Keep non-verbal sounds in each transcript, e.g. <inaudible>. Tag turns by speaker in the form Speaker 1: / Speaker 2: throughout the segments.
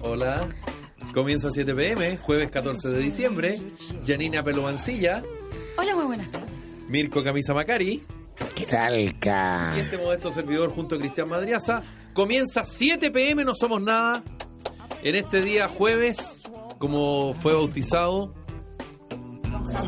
Speaker 1: Hola. Comienza 7 pm, jueves 14 de diciembre. Janina Pelumancilla,
Speaker 2: Hola, muy buenas tardes.
Speaker 1: Mirko Camisa Macari
Speaker 3: ¿Qué tal, ca?
Speaker 1: y este modesto servidor junto a Cristian Madriaza. Comienza 7 pm, no somos nada. En este día jueves, como fue bautizado,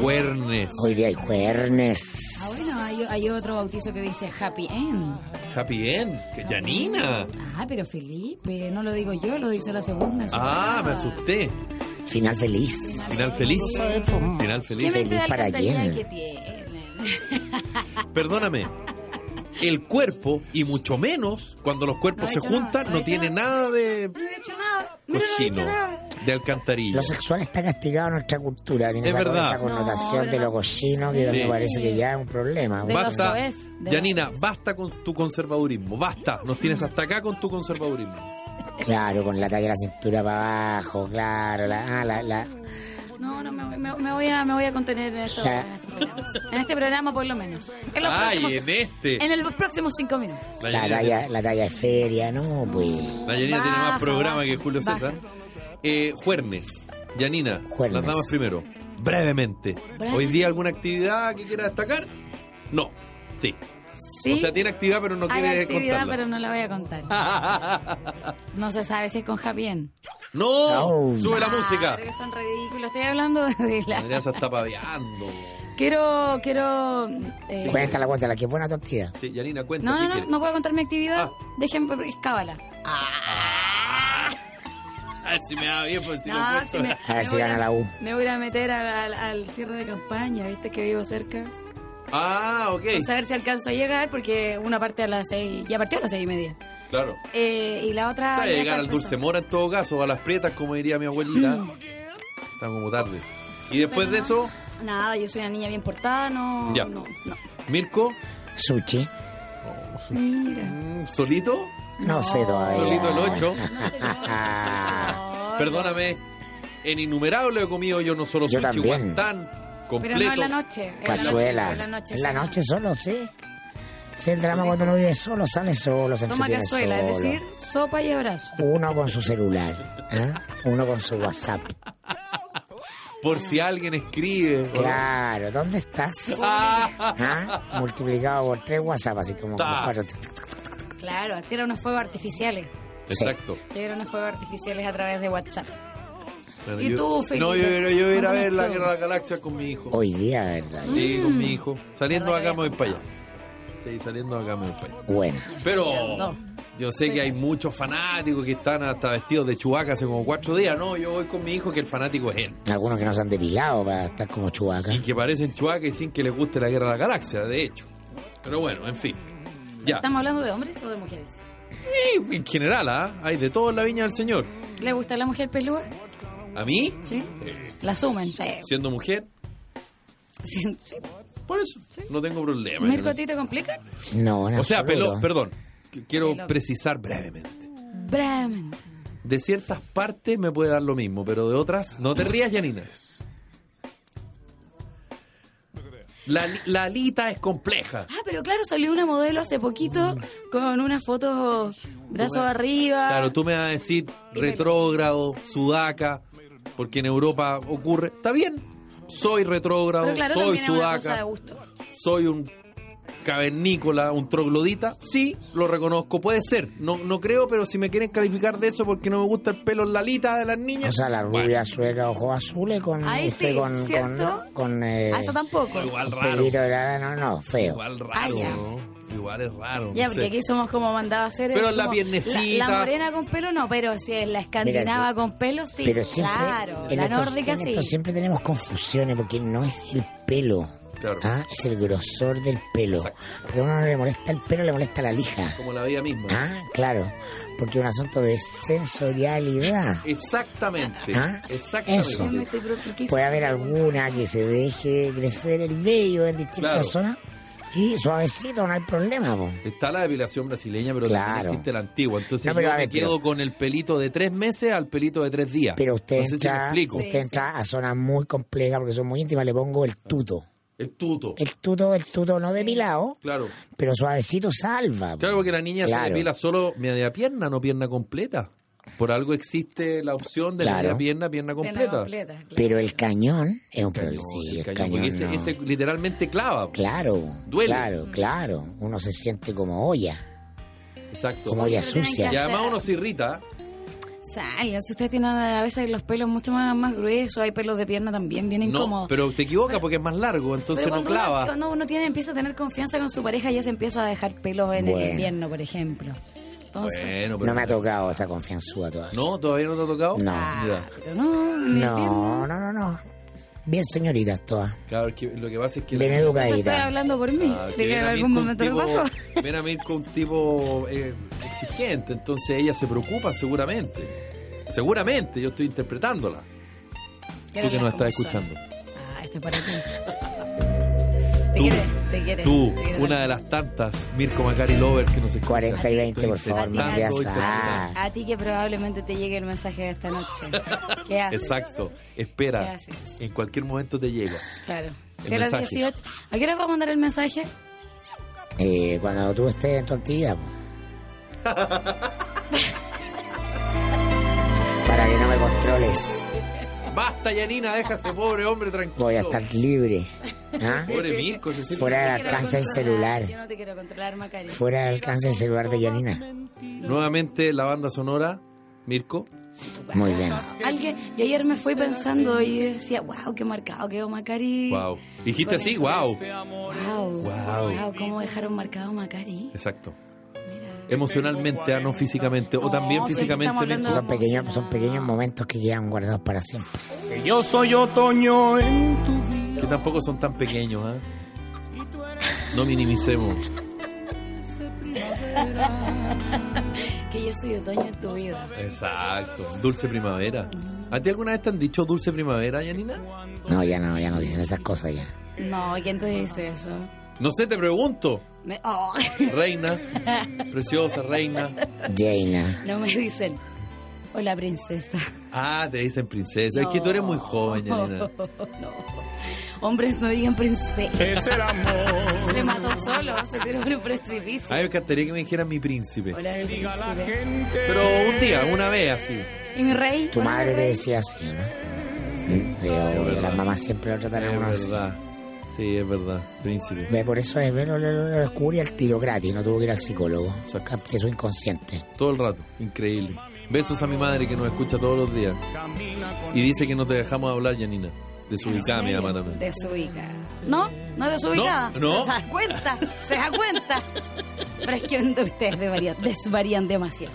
Speaker 1: Juernes.
Speaker 3: Hoy día hay
Speaker 2: Ah,
Speaker 3: juernes.
Speaker 2: bueno, hay, hay otro bautizo que dice Happy End.
Speaker 1: Happy End, que Janina.
Speaker 2: Ah, pero Felipe, no lo digo yo, lo dice la segunda.
Speaker 1: Ah, me asusté.
Speaker 3: Final feliz.
Speaker 1: Final feliz. Final
Speaker 2: ¿Qué
Speaker 1: feliz.
Speaker 2: mente de
Speaker 3: Feliz para
Speaker 2: alcantarilla
Speaker 3: quién.
Speaker 2: que tienen?
Speaker 1: Perdóname. El cuerpo, y mucho menos cuando los cuerpos
Speaker 2: No ha
Speaker 1: se
Speaker 2: hecho nada,
Speaker 1: juntan,
Speaker 2: no ha
Speaker 1: no
Speaker 2: hecho
Speaker 1: tiene nada de
Speaker 2: No he hecho nada. Mira, no he
Speaker 1: cochino,
Speaker 2: hecho nada.
Speaker 1: de alcantarilla.
Speaker 3: Lo sexual está castigado en nuestra cultura. Tiene
Speaker 1: Es
Speaker 3: esa,
Speaker 1: verdad.
Speaker 3: esa connotación
Speaker 2: No,
Speaker 3: de
Speaker 2: pero
Speaker 3: lo
Speaker 2: no.
Speaker 3: cochino que
Speaker 1: Sí.
Speaker 3: me parece que ya es un problema.
Speaker 2: De los
Speaker 1: Basta,
Speaker 2: soez, de
Speaker 1: Janina, basta con tu conservadurismo, basta. Nos tienes hasta acá con tu conservadurismo.
Speaker 3: Claro, con la talla de la cintura para abajo, claro. La, ah, la, la,
Speaker 2: No, no, me, voy- me- me voy, a, me voy a contener en,
Speaker 1: <laughs>
Speaker 2: esto-
Speaker 3: Ya.
Speaker 2: en este programa. En este programa, por lo menos. En los
Speaker 1: Ay,
Speaker 2: próximos-
Speaker 1: en este.
Speaker 2: en los próximos cinco minutos.
Speaker 1: La
Speaker 3: la
Speaker 1: Janina-
Speaker 3: talla, la talla de feria, no, pues.
Speaker 1: la Janina tiene
Speaker 2: Baja,
Speaker 1: más programa
Speaker 2: baja,
Speaker 1: que Julio
Speaker 2: baja.
Speaker 1: César. Eh, Juernes, Janina,
Speaker 3: Juernes.
Speaker 1: las damas primero, brevemente.
Speaker 2: Brevemente.
Speaker 1: ¿Hoy día alguna actividad que quiera destacar? No, sí.
Speaker 2: Sí.
Speaker 1: O sea, tiene actividad pero no
Speaker 2: hay
Speaker 1: quiere
Speaker 2: actividad,
Speaker 1: contarla.
Speaker 2: pero no la voy a contar.
Speaker 1: <laughs>
Speaker 2: No se sabe si es con Happy End. Ah,
Speaker 1: ¡No!
Speaker 3: Oh.
Speaker 1: ¡Sube la música!
Speaker 2: Pero son ridículos. Estoy hablando <laughs> de la...
Speaker 1: Andrea se está paveando.
Speaker 2: Quiero, quiero. eh,
Speaker 3: Cuéntala, cuéntala, que es buena tortilla.
Speaker 1: Sí, Janina, cuenta.
Speaker 2: no,
Speaker 1: ¿qué
Speaker 2: no, no,
Speaker 1: quieres?
Speaker 2: no puedo contar mi actividad.
Speaker 1: Ah.
Speaker 2: Déjenme, porque es cábala.
Speaker 1: A ver si me da bien, pues si
Speaker 2: No,
Speaker 1: lo cuento. <laughs>
Speaker 2: si me-
Speaker 3: A ver
Speaker 2: me
Speaker 3: si
Speaker 2: voy
Speaker 3: gana la U.
Speaker 2: Me voy a meter al, al- al cierre de campaña, viste que vivo cerca.
Speaker 1: Ah, ok.
Speaker 2: Vamos a ver si alcanzo a llegar, porque una parte a las seis. Ya partió a las seis y media.
Speaker 1: Claro.
Speaker 2: Eh, y la otra.
Speaker 1: Sabe
Speaker 2: ya
Speaker 1: llegar
Speaker 2: está
Speaker 1: al
Speaker 2: el
Speaker 1: dulce
Speaker 2: proceso.
Speaker 1: mora en todo caso, o a las prietas, como diría mi abuelita. Está como tarde. Y después
Speaker 2: Pero
Speaker 1: de
Speaker 2: no,
Speaker 1: eso,
Speaker 2: Nada, yo soy una niña bien portada, no.
Speaker 1: Ya.
Speaker 2: No, no.
Speaker 1: Mirko,
Speaker 3: Sushi.
Speaker 2: Mira.
Speaker 1: mm, solito,
Speaker 3: No, sé todavía.
Speaker 1: solito el 8.
Speaker 2: No se lo-
Speaker 1: Perdóname, en innumerable he comido yo no solo
Speaker 3: Yo
Speaker 1: sushi,
Speaker 3: también.
Speaker 1: guantán,
Speaker 2: Pero
Speaker 1: completo.
Speaker 2: no en la noche. en la noche,
Speaker 3: Cazuela.
Speaker 2: En la noche.
Speaker 3: En la
Speaker 2: sí.
Speaker 3: noche solo, sí. Sí, el drama cuando uno vive solo, sale solo, se
Speaker 2: Toma
Speaker 3: entretiene solo.
Speaker 2: cazuela, es decir, sopa y abrazo.
Speaker 3: Uno con su celular, ¿eh? uno con su WhatsApp.
Speaker 1: Por si alguien escribe. ¿no?
Speaker 3: Claro, ¿dónde
Speaker 1: <laughs>
Speaker 3: estás?
Speaker 1: Ah,
Speaker 3: ¿Ah? Multiplicado por tres WhatsApp, así como con
Speaker 1: Ta.
Speaker 3: cuatro.
Speaker 2: Claro, aquí eran unos fuegos artificiales.
Speaker 1: Exacto.
Speaker 2: Aquí eran unos fuegos artificiales a través de WhatsApp.
Speaker 1: Bueno,
Speaker 2: ¿Y
Speaker 1: yo-
Speaker 2: tú, Felipe?
Speaker 1: No, yo, yo- yo voy a ir a ver la
Speaker 2: ¿Cómo
Speaker 1: Guerra de la Galaxia con mi hijo.
Speaker 3: Hoy día, ¿verdad?
Speaker 1: Sí, con mi
Speaker 2: Mm.
Speaker 1: hijo. Saliendo
Speaker 2: Verdad
Speaker 1: acá
Speaker 2: que
Speaker 1: me voy
Speaker 2: habías
Speaker 1: para allá. Sí, saliendo acá me voy para allá.
Speaker 3: Buena.
Speaker 1: Pero yo sé que hay muchos fanáticos que están hasta vestidos de chubaca hace como cuatro días. No, yo voy con mi hijo que el fanático es él.
Speaker 3: Algunos que no se han depilado para estar como chubaca.
Speaker 1: Y que parecen chubaca y sin que les guste la guerra de la galaxia, de hecho. Pero bueno, en fin. Ya.
Speaker 2: ¿Estamos hablando de hombres o de mujeres?
Speaker 1: Y en general, ¿ah? hay de todo en la viña del señor.
Speaker 2: ¿Le gusta la mujer pelúa?
Speaker 1: A mí,
Speaker 2: Sí. La suman. Sí.
Speaker 1: siendo mujer,
Speaker 2: <laughs> Sí. sí.
Speaker 1: por eso no tengo problema.
Speaker 2: ¿Mirko, a ti te complica?
Speaker 3: No, en
Speaker 1: o sea,
Speaker 3: absoluto.
Speaker 1: pelo- perdón, qu- quiero
Speaker 2: Pelo.
Speaker 1: precisar brevemente.
Speaker 2: Brevemente.
Speaker 1: De ciertas partes me puede dar lo mismo, pero de otras, no te rías, Janina. La, li- la alita es compleja.
Speaker 2: Ah, pero claro, salió una modelo hace poquito con una foto brazo arriba.
Speaker 1: Claro, tú me vas a decir retrógrado, sudaca, porque en Europa ocurre. Está bien, soy retrógrado,
Speaker 2: Pero claro,
Speaker 1: soy
Speaker 2: también es una cosa de
Speaker 1: sudaca,
Speaker 2: gusto.
Speaker 1: soy un cavernícola, un troglodita. Sí, lo reconozco, puede ser. No, no creo, pero si me quieren calificar de eso porque no me gusta el pelo en la alita de las niñas.
Speaker 3: O sea, la rubia sueca, ojos azules, con.
Speaker 2: Ay,
Speaker 3: usted
Speaker 2: sí,
Speaker 3: con,
Speaker 2: ¿cierto?
Speaker 3: con, con, eh,
Speaker 2: Ah, eso tampoco.
Speaker 1: igual
Speaker 3: con
Speaker 1: raro.
Speaker 3: pelito de la- No, no, feo.
Speaker 1: Igual raro.
Speaker 2: Ah, ya.
Speaker 1: ¿no? Igual es raro.
Speaker 2: Ya,
Speaker 1: no
Speaker 2: porque
Speaker 1: sé.
Speaker 2: aquí somos como mandaba a hacer.
Speaker 1: Pero
Speaker 2: es
Speaker 1: la
Speaker 2: como
Speaker 1: piernecita.
Speaker 2: La, la morena con pelo no, pero si es la escandinava
Speaker 3: Mira,
Speaker 2: con pelo, sí.
Speaker 3: Pero siempre,
Speaker 2: claro,
Speaker 3: en
Speaker 2: la
Speaker 3: estos-
Speaker 2: nórdica
Speaker 3: en
Speaker 2: sí.
Speaker 3: estos siempre tenemos confusiones porque no es el pelo,
Speaker 1: Claro.
Speaker 3: ¿ah? es el grosor del pelo.
Speaker 1: Exacto.
Speaker 3: Porque a uno no le molesta el pelo, le molesta la lija.
Speaker 1: Como la vida misma.
Speaker 3: Ah, claro, porque es un asunto de sensorialidad.
Speaker 1: Exactamente.
Speaker 3: Ah,
Speaker 1: Exactamente.
Speaker 3: eso.
Speaker 2: Ya me estoy preocupando.
Speaker 3: Puede haber alguna que se deje crecer el vello en distintas
Speaker 1: Claro.
Speaker 3: zonas y suavecito, no hay problema. po.
Speaker 1: Está la depilación brasileña, pero
Speaker 3: Claro.
Speaker 1: también existe la antigua. Entonces
Speaker 3: No,
Speaker 1: yo
Speaker 3: pero a
Speaker 1: me
Speaker 3: ver, pero-
Speaker 1: quedo con el pelito de tres meses al pelito de tres días.
Speaker 3: Pero usted
Speaker 1: no sé si me
Speaker 3: entra,
Speaker 1: explico.
Speaker 3: usted entra a zonas muy complejas porque son muy íntimas, le pongo el tuto.
Speaker 1: El tuto.
Speaker 3: El tuto, el tuto no depilado,
Speaker 1: Claro.
Speaker 3: pero suavecito salva. po.
Speaker 1: Claro, porque la niña
Speaker 3: Claro.
Speaker 1: se depila solo media pierna, no pierna completa. Por algo existe la opción de
Speaker 3: Claro.
Speaker 1: media pierna, pierna
Speaker 2: Pena
Speaker 1: completa.
Speaker 2: completa, claro.
Speaker 3: Pero el cañón es un problema.
Speaker 1: No,
Speaker 3: Sí,
Speaker 1: el
Speaker 3: el
Speaker 1: cañón,
Speaker 3: cañón.
Speaker 1: porque ese,
Speaker 3: no.
Speaker 1: ese literalmente clava.
Speaker 3: Claro,
Speaker 1: Duele.
Speaker 3: claro, claro. Uno se siente como olla,
Speaker 1: Exacto.
Speaker 3: como olla
Speaker 2: Pero tienen que
Speaker 3: sucia.
Speaker 1: Y además
Speaker 2: hacer-
Speaker 1: uno se irrita.
Speaker 2: Salgan, si ustedes tienen a veces los pelos mucho más, más gruesos, hay pelos de pierna también, bien
Speaker 1: No,
Speaker 2: incómodos.
Speaker 1: pero te equivocas porque es más largo, entonces no
Speaker 2: cuando
Speaker 1: clava.
Speaker 2: uno, cuando uno tiene, empieza a tener confianza con su pareja, ya se empieza a dejar pelos en
Speaker 3: Bueno.
Speaker 2: el invierno, por ejemplo. Entonces,
Speaker 1: Bueno, pero.
Speaker 3: No me ha tocado esa confianzúa todavía.
Speaker 1: No, todavía no te ha tocado.
Speaker 3: No.
Speaker 1: Ya.
Speaker 2: ah, pero no, en invierno.
Speaker 3: No, no, no, no. Bien señoritas todas.
Speaker 1: Claro, es que lo que pasa es que. la-
Speaker 3: Bien
Speaker 2: Eso estoy
Speaker 3: educaditas.
Speaker 2: hablando por mí,
Speaker 1: Ah,
Speaker 2: de
Speaker 1: que
Speaker 2: que
Speaker 1: ven
Speaker 2: en
Speaker 1: a
Speaker 2: algún
Speaker 1: Mirko un
Speaker 2: momento me pasó.
Speaker 1: <laughs> tipo- Ven a Mirko un tipo eh, exigente, entonces ella se preocupa seguramente. Seguramente, yo estoy interpretándola. Tú que nos estás escuchando.
Speaker 2: Ah, esto es
Speaker 1: <laughs>
Speaker 2: para ti. Te
Speaker 1: Tú,
Speaker 2: quieres, te quieres.
Speaker 1: Tú,
Speaker 2: te quieres.
Speaker 1: una de las tantas Mirko Macari Lover que nos escucha.
Speaker 3: 40 y 20, por
Speaker 1: Estoy
Speaker 3: favor, no te
Speaker 1: interpretando,
Speaker 3: asas.
Speaker 2: A ti que probablemente te llegue el mensaje de esta noche. ¿Qué haces?
Speaker 1: Exacto,
Speaker 2: ¿Qué
Speaker 1: espera.
Speaker 2: haces?
Speaker 1: En cualquier momento te llega.
Speaker 2: Claro.
Speaker 1: El
Speaker 2: Si a las
Speaker 1: mensaje.
Speaker 2: 18. ¿A qué hora va a mandar el mensaje?
Speaker 3: Eh, cuando tú estés en tu actividad. pues. po.
Speaker 1: <laughs>
Speaker 3: Para que no me controles.
Speaker 1: Basta, Yanina, deja a ese pobre hombre tranquilo.
Speaker 3: Voy a estar libre. ¿Ah?
Speaker 1: Pobre Mirko, se siente-
Speaker 3: Fuera de
Speaker 2: Te quiero
Speaker 3: alcance el
Speaker 2: controlar,
Speaker 3: celular.
Speaker 2: Yo no te quiero controlar, Macari.
Speaker 3: Fuera del alcance del celular de Janina.
Speaker 1: Nuevamente la banda sonora, Mirko.
Speaker 3: Muy bien.
Speaker 2: Alguien, yo ayer me fui pensando y decía, wow, qué marcado quedó Macari.
Speaker 1: Wow. Dijiste así, wow.
Speaker 2: Wow.
Speaker 1: Guau.
Speaker 2: Guau, cómo dejaron marcado Macari.
Speaker 1: Exacto.
Speaker 2: Mira.
Speaker 1: Emocionalmente, ah, no físicamente, o también
Speaker 2: No, siempre
Speaker 1: físicamente.
Speaker 2: estamos hablando
Speaker 1: Mirko.
Speaker 3: Son pequeños, son pequeños momentos que quedan guardados para siempre.
Speaker 4: Que yo soy otoño en tu vida.
Speaker 1: Que tampoco son tan pequeños, ¿ah? No minimicemos.
Speaker 2: Que yo soy otoño en tu vida.
Speaker 1: Exacto. Dulce primavera. ¿A ti alguna vez te han dicho dulce primavera, Yanina?
Speaker 3: No, ya no, ya no dicen esas cosas ya.
Speaker 2: No, ¿quién te dice eso?
Speaker 1: No sé, te pregunto.
Speaker 2: Me- oh, <laughs>
Speaker 1: Reina, preciosa reina.
Speaker 3: Jaina.
Speaker 2: no me dicen. Hola, princesa.
Speaker 1: Ah, te dicen princesa. Es que tú eres muy joven, Yanina.
Speaker 2: <laughs> No. Hombres no digan princesa.
Speaker 4: Es el amor.
Speaker 2: Se mató solo, se tiró por un precipicio.
Speaker 1: A mí me encantaría que me dijeran mi príncipe.
Speaker 2: Hola, mi
Speaker 4: Diga la
Speaker 2: príncipe.
Speaker 4: gente.
Speaker 1: Pero un día, una vez así.
Speaker 2: ¿Y mi rey?
Speaker 3: Tu
Speaker 2: Hola,
Speaker 3: madre
Speaker 2: mi
Speaker 3: te
Speaker 2: rey.
Speaker 3: decía así, ¿no? Mm, pero
Speaker 1: verdad.
Speaker 3: las mamás siempre lo tratan a
Speaker 1: Es
Speaker 3: uno así.
Speaker 1: verdad. Sí, es verdad. Príncipe.
Speaker 3: Ve, por eso es, ve, lo, lo- lo descubrí al tiro gratis, no tuvo que ir al psicólogo. Eso capté su inconsciente.
Speaker 1: Todo el rato, increíble. Besos a mi madre que nos escucha todos los días. Y dice que no te dejamos hablar, Yanina. Desubicada mi mamá también.
Speaker 2: Desubica. ¿No? ¿No es desubicada?
Speaker 1: No, no.
Speaker 2: ¿Se da cuenta? ¿Se da cuenta? Pero es que ustedes devarían- desvarían demasiado.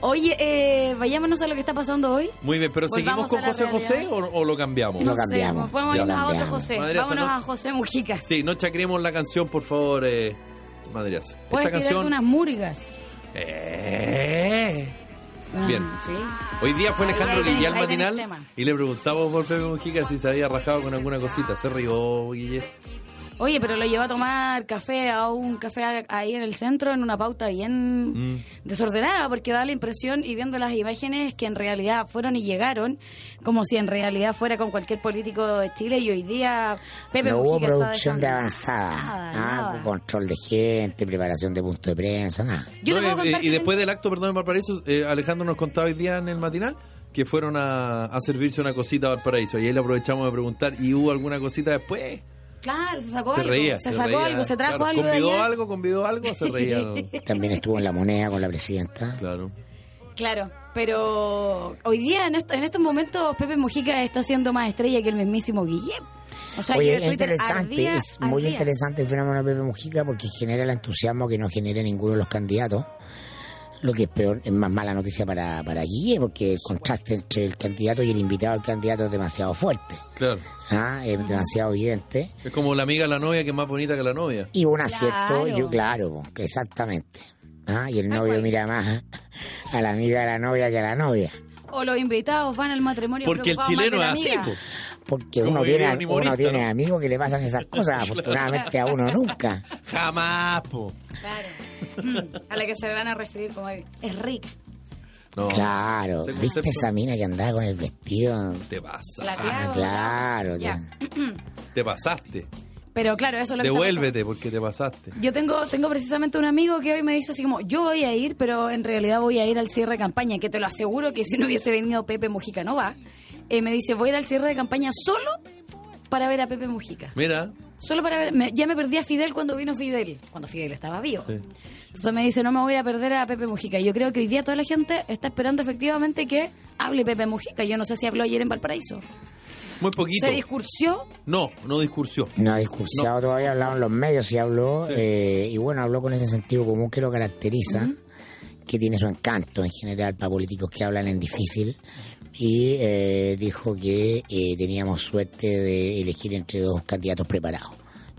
Speaker 2: Oye, eh, vayámonos a lo que está pasando hoy.
Speaker 1: Muy bien, pero ¿seguimos
Speaker 2: Volvamos
Speaker 1: con
Speaker 2: a la
Speaker 1: José José
Speaker 2: realidad.
Speaker 1: o, o lo cambiamos?
Speaker 3: No. cambiamos,
Speaker 2: Sé, podemos
Speaker 3: ya
Speaker 2: irnos a otro
Speaker 3: cambiamos.
Speaker 2: José.
Speaker 1: Madre,
Speaker 2: Vámonos
Speaker 1: sonó-
Speaker 2: a José Mujica.
Speaker 1: Sí, no chacremos la canción, por favor, eh, Madrias.
Speaker 2: Puedes tirarte unas murgas.
Speaker 1: Eh.
Speaker 2: Ah,
Speaker 1: Bien.
Speaker 2: Sí.
Speaker 1: Hoy día fue Alejandro
Speaker 2: Ahí tenés-
Speaker 1: Guille al
Speaker 2: ahí tenés
Speaker 1: matinal
Speaker 2: tema.
Speaker 1: y le preguntamos por Pepe Mujica si se había rajado con alguna cosita. Se rió, Guille.
Speaker 2: Oye, pero lo llevó a tomar café a un café a- ahí en el centro en una pauta bien
Speaker 1: Mm.
Speaker 2: desordenada porque da la impresión y viendo las imágenes que en realidad fueron y llegaron como si en realidad fuera con cualquier político de Chile y hoy día Pepe
Speaker 3: no hubo
Speaker 2: Mujica está
Speaker 3: producción de
Speaker 2: dejando-
Speaker 3: avanzada.
Speaker 2: Nada,
Speaker 3: Ah,
Speaker 2: nada.
Speaker 3: hubo control de gente, preparación de punto de prensa, nada.
Speaker 2: Yo te
Speaker 1: No,
Speaker 2: puedo
Speaker 1: eh,
Speaker 2: contar
Speaker 1: y, después del acto, perdón, en Valparaíso, eh, Alejandro nos contaba hoy día en el matinal que fueron a, a servirse una cosita a Valparaíso. Y ahí le aprovechamos de preguntar, ¿y hubo alguna cosita después?
Speaker 2: Claro, se sacó
Speaker 1: se
Speaker 2: algo,
Speaker 1: reía.
Speaker 2: se, sacó
Speaker 1: reía.
Speaker 2: algo, se trajo
Speaker 1: Claro,
Speaker 2: algo de
Speaker 1: Convidó
Speaker 2: allá.
Speaker 1: algo, convidó algo, se
Speaker 2: <laughs>
Speaker 1: reía. ¿no?
Speaker 3: También estuvo en la moneda con la presidenta.
Speaker 1: Claro.
Speaker 2: Claro, pero hoy día en, est- en estos momentos Pepe Mujica está siendo más estrella que el mismísimo Guillem. O sea, que
Speaker 3: Oye, es
Speaker 2: Twitter
Speaker 3: interesante,
Speaker 2: ardía,
Speaker 3: es muy
Speaker 2: ardía.
Speaker 3: interesante el fenómeno de Pepe Mujica porque genera el entusiasmo que no genera ninguno de los candidatos. Lo que es peor, es más mala noticia para, para Guille, porque el contraste entre el candidato y el invitado al candidato es demasiado fuerte,
Speaker 1: Claro.
Speaker 3: ¿ah? es demasiado evidente.
Speaker 1: Es como la amiga de la novia que es más bonita que la novia.
Speaker 3: Y un acierto,
Speaker 2: Claro.
Speaker 3: yo claro, exactamente. ¿ah? Y el
Speaker 2: Tal
Speaker 3: novio
Speaker 2: cual.
Speaker 3: mira más a la amiga de la novia que a la novia.
Speaker 2: O los invitados van al matrimonio.
Speaker 1: Porque el
Speaker 2: preocupados
Speaker 1: chileno es
Speaker 2: más de
Speaker 1: así,
Speaker 2: la
Speaker 1: po.
Speaker 2: amiga.
Speaker 3: Porque
Speaker 1: Como
Speaker 3: uno
Speaker 1: diría
Speaker 3: tiene,
Speaker 1: un humorista,
Speaker 3: uno tiene
Speaker 1: ¿no?
Speaker 3: amigos que le pasan esas
Speaker 1: <laughs>
Speaker 3: cosas, afortunadamente a uno nunca.
Speaker 1: Jamás, po.
Speaker 2: Claro. Mm, A la que se van a referir como es rica.
Speaker 1: Ah, No.
Speaker 3: Claro,
Speaker 1: Ese
Speaker 3: ¿viste
Speaker 1: concepto
Speaker 3: esa mina que andaba con el vestido?
Speaker 1: Te pasa.
Speaker 3: Ah,
Speaker 2: Plateado,
Speaker 3: claro.
Speaker 2: Ya.
Speaker 3: ya.
Speaker 1: Te pasaste.
Speaker 2: Pero claro, eso es lo que está
Speaker 1: Devuélvete porque te pasaste.
Speaker 2: Yo tengo, tengo precisamente un amigo que hoy me dice así como, yo voy a ir, pero en realidad voy a ir al cierre de campaña, que te lo aseguro que si no hubiese venido Pepe Mujica no va. Eh, me dice, voy a ir al cierre de campaña solo para ver a Pepe Mujica.
Speaker 1: Mira,
Speaker 2: Solo para ver, me- ya me perdí a Fidel cuando vino Fidel, cuando Fidel estaba vivo.
Speaker 1: Sí.
Speaker 2: Entonces me dice, no me voy a ir a perder a Pepe Mujica. Y Yo creo que hoy día toda la gente está esperando efectivamente que hable Pepe Mujica. Yo no sé si habló ayer en Valparaíso.
Speaker 1: muy poquito.
Speaker 2: Se discursió
Speaker 1: No, no discursió.
Speaker 3: No ha discursado todavía, hablado en los medios y habló,
Speaker 1: Sí.
Speaker 3: eh, y bueno, habló con ese sentido común que lo caracteriza, que tiene su encanto en general para políticos que hablan en difícil, y eh, dijo que eh, teníamos suerte de elegir entre dos candidatos preparados.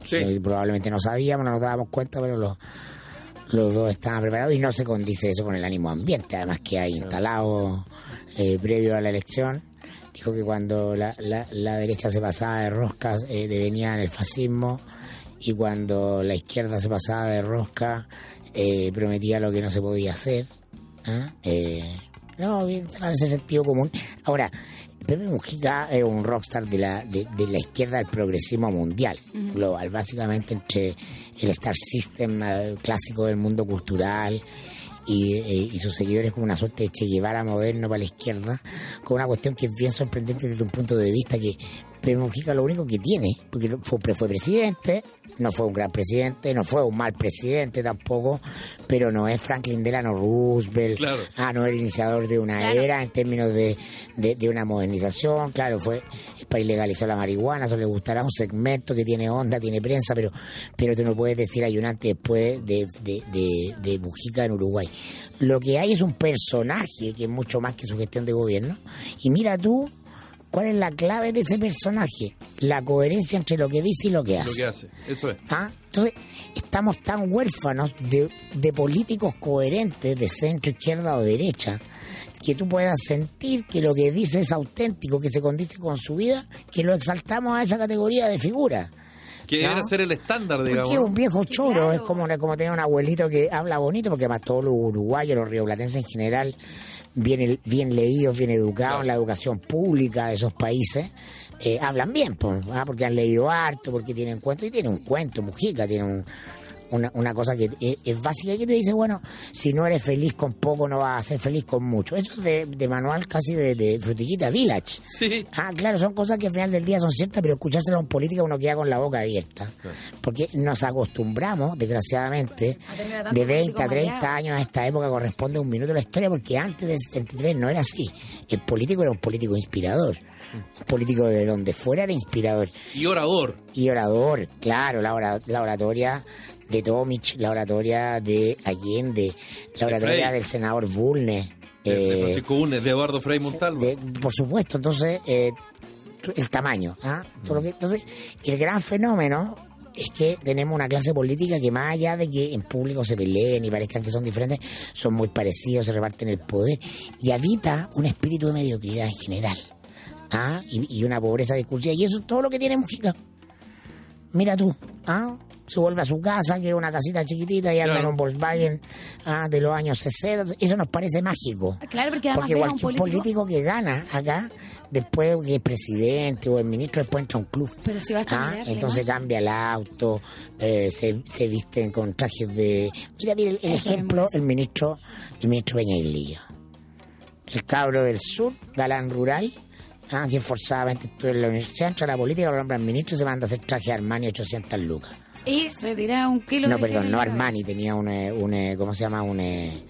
Speaker 1: Sí.
Speaker 3: Que probablemente no sabíamos, no nos dábamos cuenta, pero los, los dos estaban preparados y no se condice eso con el ánimo ambiente, además que hay instalado eh, previo a la elección. Dijo que cuando la, la- la derecha se pasaba de roscas eh, devenía en el fascismo y cuando la izquierda se pasaba de rosca eh, prometía lo que no se podía hacer. ¿ah? Eh, no, bien, en ese sentido común. Ahora, Pepe Mujica es un rockstar de la, de, de la izquierda del progresismo mundial, global, básicamente entre el Star System eh, clásico del mundo cultural y, eh, y sus seguidores como una suerte de Che Guevara moderno para la izquierda, con una cuestión que es bien sorprendente desde un punto de vista que Pepe Mujica lo único que tiene, porque lo- fue, fue presidente, no fue un gran presidente, no fue un mal presidente tampoco, pero no es Franklin Delano Roosevelt,
Speaker 1: Claro.
Speaker 3: Ah, no, el iniciador de una
Speaker 2: Claro.
Speaker 3: era en términos de, de, de una modernización, claro, fue el país legalizó la marihuana, eso le gustará un segmento que tiene onda, tiene prensa, pero pero tú no puedes decir ayunante después de, de, de, de Mujica en Uruguay. Lo que hay es un personaje que es mucho más que su gestión de gobierno. Y mira tú, ¿cuál es la clave de ese personaje? La coherencia entre lo que dice y lo que hace.
Speaker 1: Lo que hace. Eso es.
Speaker 3: ¿Ah? Entonces, estamos tan huérfanos de, de políticos coherentes de centro, izquierda o derecha, que tú puedas sentir que lo que dice es auténtico, que se condice con su vida, que lo exaltamos a esa categoría de figura.
Speaker 1: Que
Speaker 3: No.
Speaker 1: debería ser el estándar, digamos.
Speaker 3: Porque un viejo choro
Speaker 2: claro.
Speaker 3: es como, como tener un abuelito que habla bonito, porque además todos los uruguayos, los rioplatenses en general, bien, bien leídos, bien educados en la educación pública de esos países, eh, hablan bien, pues, ah, porque han leído harto, porque tienen cuento, y tiene un cuento, Mujica, tiene un- Una, una cosa que es, es básica que te dice, bueno, si no eres feliz con poco, no vas a ser feliz con mucho. Eso es de, de manual casi de, de Frutiquita Village.
Speaker 1: Sí.
Speaker 3: Ah, claro, son cosas que al final del día son ciertas, pero escuchárselo a un político uno queda con la boca abierta. Porque nos acostumbramos, desgraciadamente,
Speaker 2: A tener a tanto
Speaker 3: de 20 a
Speaker 2: político
Speaker 3: 30 años a esta época corresponde un minuto de la historia, porque antes del 73 no era así. El político era un político inspirador. Un político de donde fuera era inspirador
Speaker 1: Y orador.
Speaker 3: y orador, claro, la, ora- la oratoria de Tomich, la oratoria de Allende, la oratoria
Speaker 1: Frey.
Speaker 3: del senador Bulnes.
Speaker 1: De- de
Speaker 3: eh,
Speaker 1: Francisco Unes, de Eduardo Frei Montalvo.
Speaker 3: de- Eh, por supuesto, entonces eh, tu- el tamaño. ¿ah? Todo lo que- entonces, el gran fenómeno es que tenemos una clase política que más allá de que en público se peleen y parezcan que son diferentes, son muy parecidos, se reparten el poder y habita un espíritu de mediocridad en general. ¿ah? Y, y una pobreza discursiva. Y eso es todo lo que tiene Mujica. Mira tú, ¿ah? se vuelve a su casa, que es una casita chiquitita y anda
Speaker 1: Claro.
Speaker 3: en un Volkswagen ah, de los años 60. Eso nos parece mágico.
Speaker 2: Claro, porque además
Speaker 3: Porque
Speaker 2: ves a
Speaker 3: igual
Speaker 2: un
Speaker 3: que un
Speaker 2: político,
Speaker 3: político que gana acá, después que es presidente o el ministro, después entra a un club.
Speaker 2: Pero si basta
Speaker 3: Ah,
Speaker 2: mirarle,
Speaker 3: entonces
Speaker 2: ¿no?
Speaker 3: cambia el auto, eh, se, se visten con trajes de... Mira, mira, el, el
Speaker 2: Eso me
Speaker 3: ejemplo, el ministro, el ministro Peña Iglesias. El cabro del sur, galán rural, ah, que forzadamente estuvo en la universidad, entra a la política, lo nombran ministro y se manda a hacer traje Armani 800 lucas.
Speaker 2: y se tiraba un kilo
Speaker 3: No,
Speaker 2: de
Speaker 3: perdón,
Speaker 2: gel
Speaker 3: no
Speaker 2: en la
Speaker 3: Armani, tenía un, eh, un eh, ¿cómo se llama? Un, eh,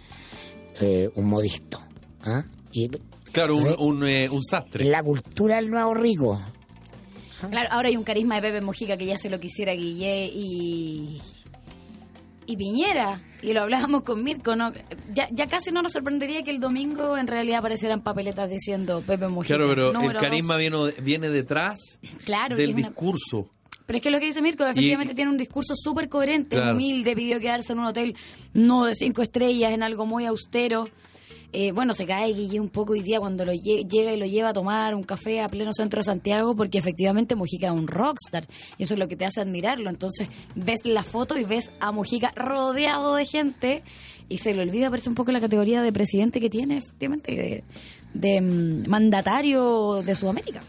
Speaker 3: eh, un modisto. ¿ah? Y
Speaker 1: Claro, un, un, eh, un sastre.
Speaker 3: la cultura del nuevo rico.
Speaker 2: Claro, ahora hay un carisma de Pepe Mojica que ya se lo quisiera Guille y. Y Piñera, y lo hablábamos con Mirko, ¿no? Ya, ya casi no nos sorprendería que el domingo en realidad aparecieran papeletas diciendo Pepe Mojica.
Speaker 1: Claro, pero el
Speaker 2: número
Speaker 1: carisma
Speaker 2: dos.
Speaker 1: viene, viene detrás
Speaker 2: Claro, y
Speaker 1: del
Speaker 2: es una-
Speaker 1: discurso.
Speaker 2: Pero es que lo que dice Mirko, efectivamente
Speaker 1: Y-
Speaker 2: tiene un discurso súper coherente,
Speaker 1: Claro.
Speaker 2: humilde, pidió quedarse en un hotel no de cinco estrellas, en algo muy austero. Eh, bueno, se cae Guille un poco hoy día cuando lo lle- llega y lo lleva a tomar un café a pleno centro de Santiago, porque efectivamente Mojica es un rockstar, y eso es lo que te hace admirarlo. Entonces ves la foto y ves a Mojica rodeado de gente, y se le olvida, parece un poco la categoría de presidente que tiene, efectivamente, de, de, mm, mandatario de Sudamérica.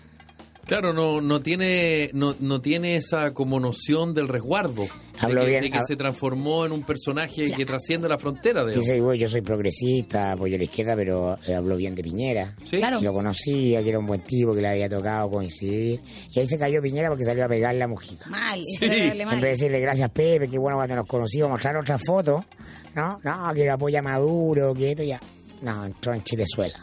Speaker 1: Claro, no, no tiene, no, no tiene esa como noción del resguardo.
Speaker 3: Hablo
Speaker 1: de que,
Speaker 3: bien,
Speaker 1: de que
Speaker 3: hab-
Speaker 1: se transformó en un personaje
Speaker 2: Claro.
Speaker 1: que trasciende la frontera de
Speaker 3: ¿Qué soy yo? Yo soy progresista, apoyo a la izquierda, pero eh, hablo bien de Piñera.
Speaker 1: ¿Sí?
Speaker 2: Claro.
Speaker 3: Lo conocía, que era un buen tipo, que le había tocado coincidir. Y ahí se cayó Piñera porque salió a pegar la Mujica.
Speaker 2: Mal,
Speaker 1: Sí.
Speaker 2: miserable, mal.
Speaker 3: En vez de decirle gracias Pepe, qué bueno cuando nos conocimos, mostrar otra foto, ¿no? No, que lo apoya Maduro, que esto ya. No, entró en Chilezuela.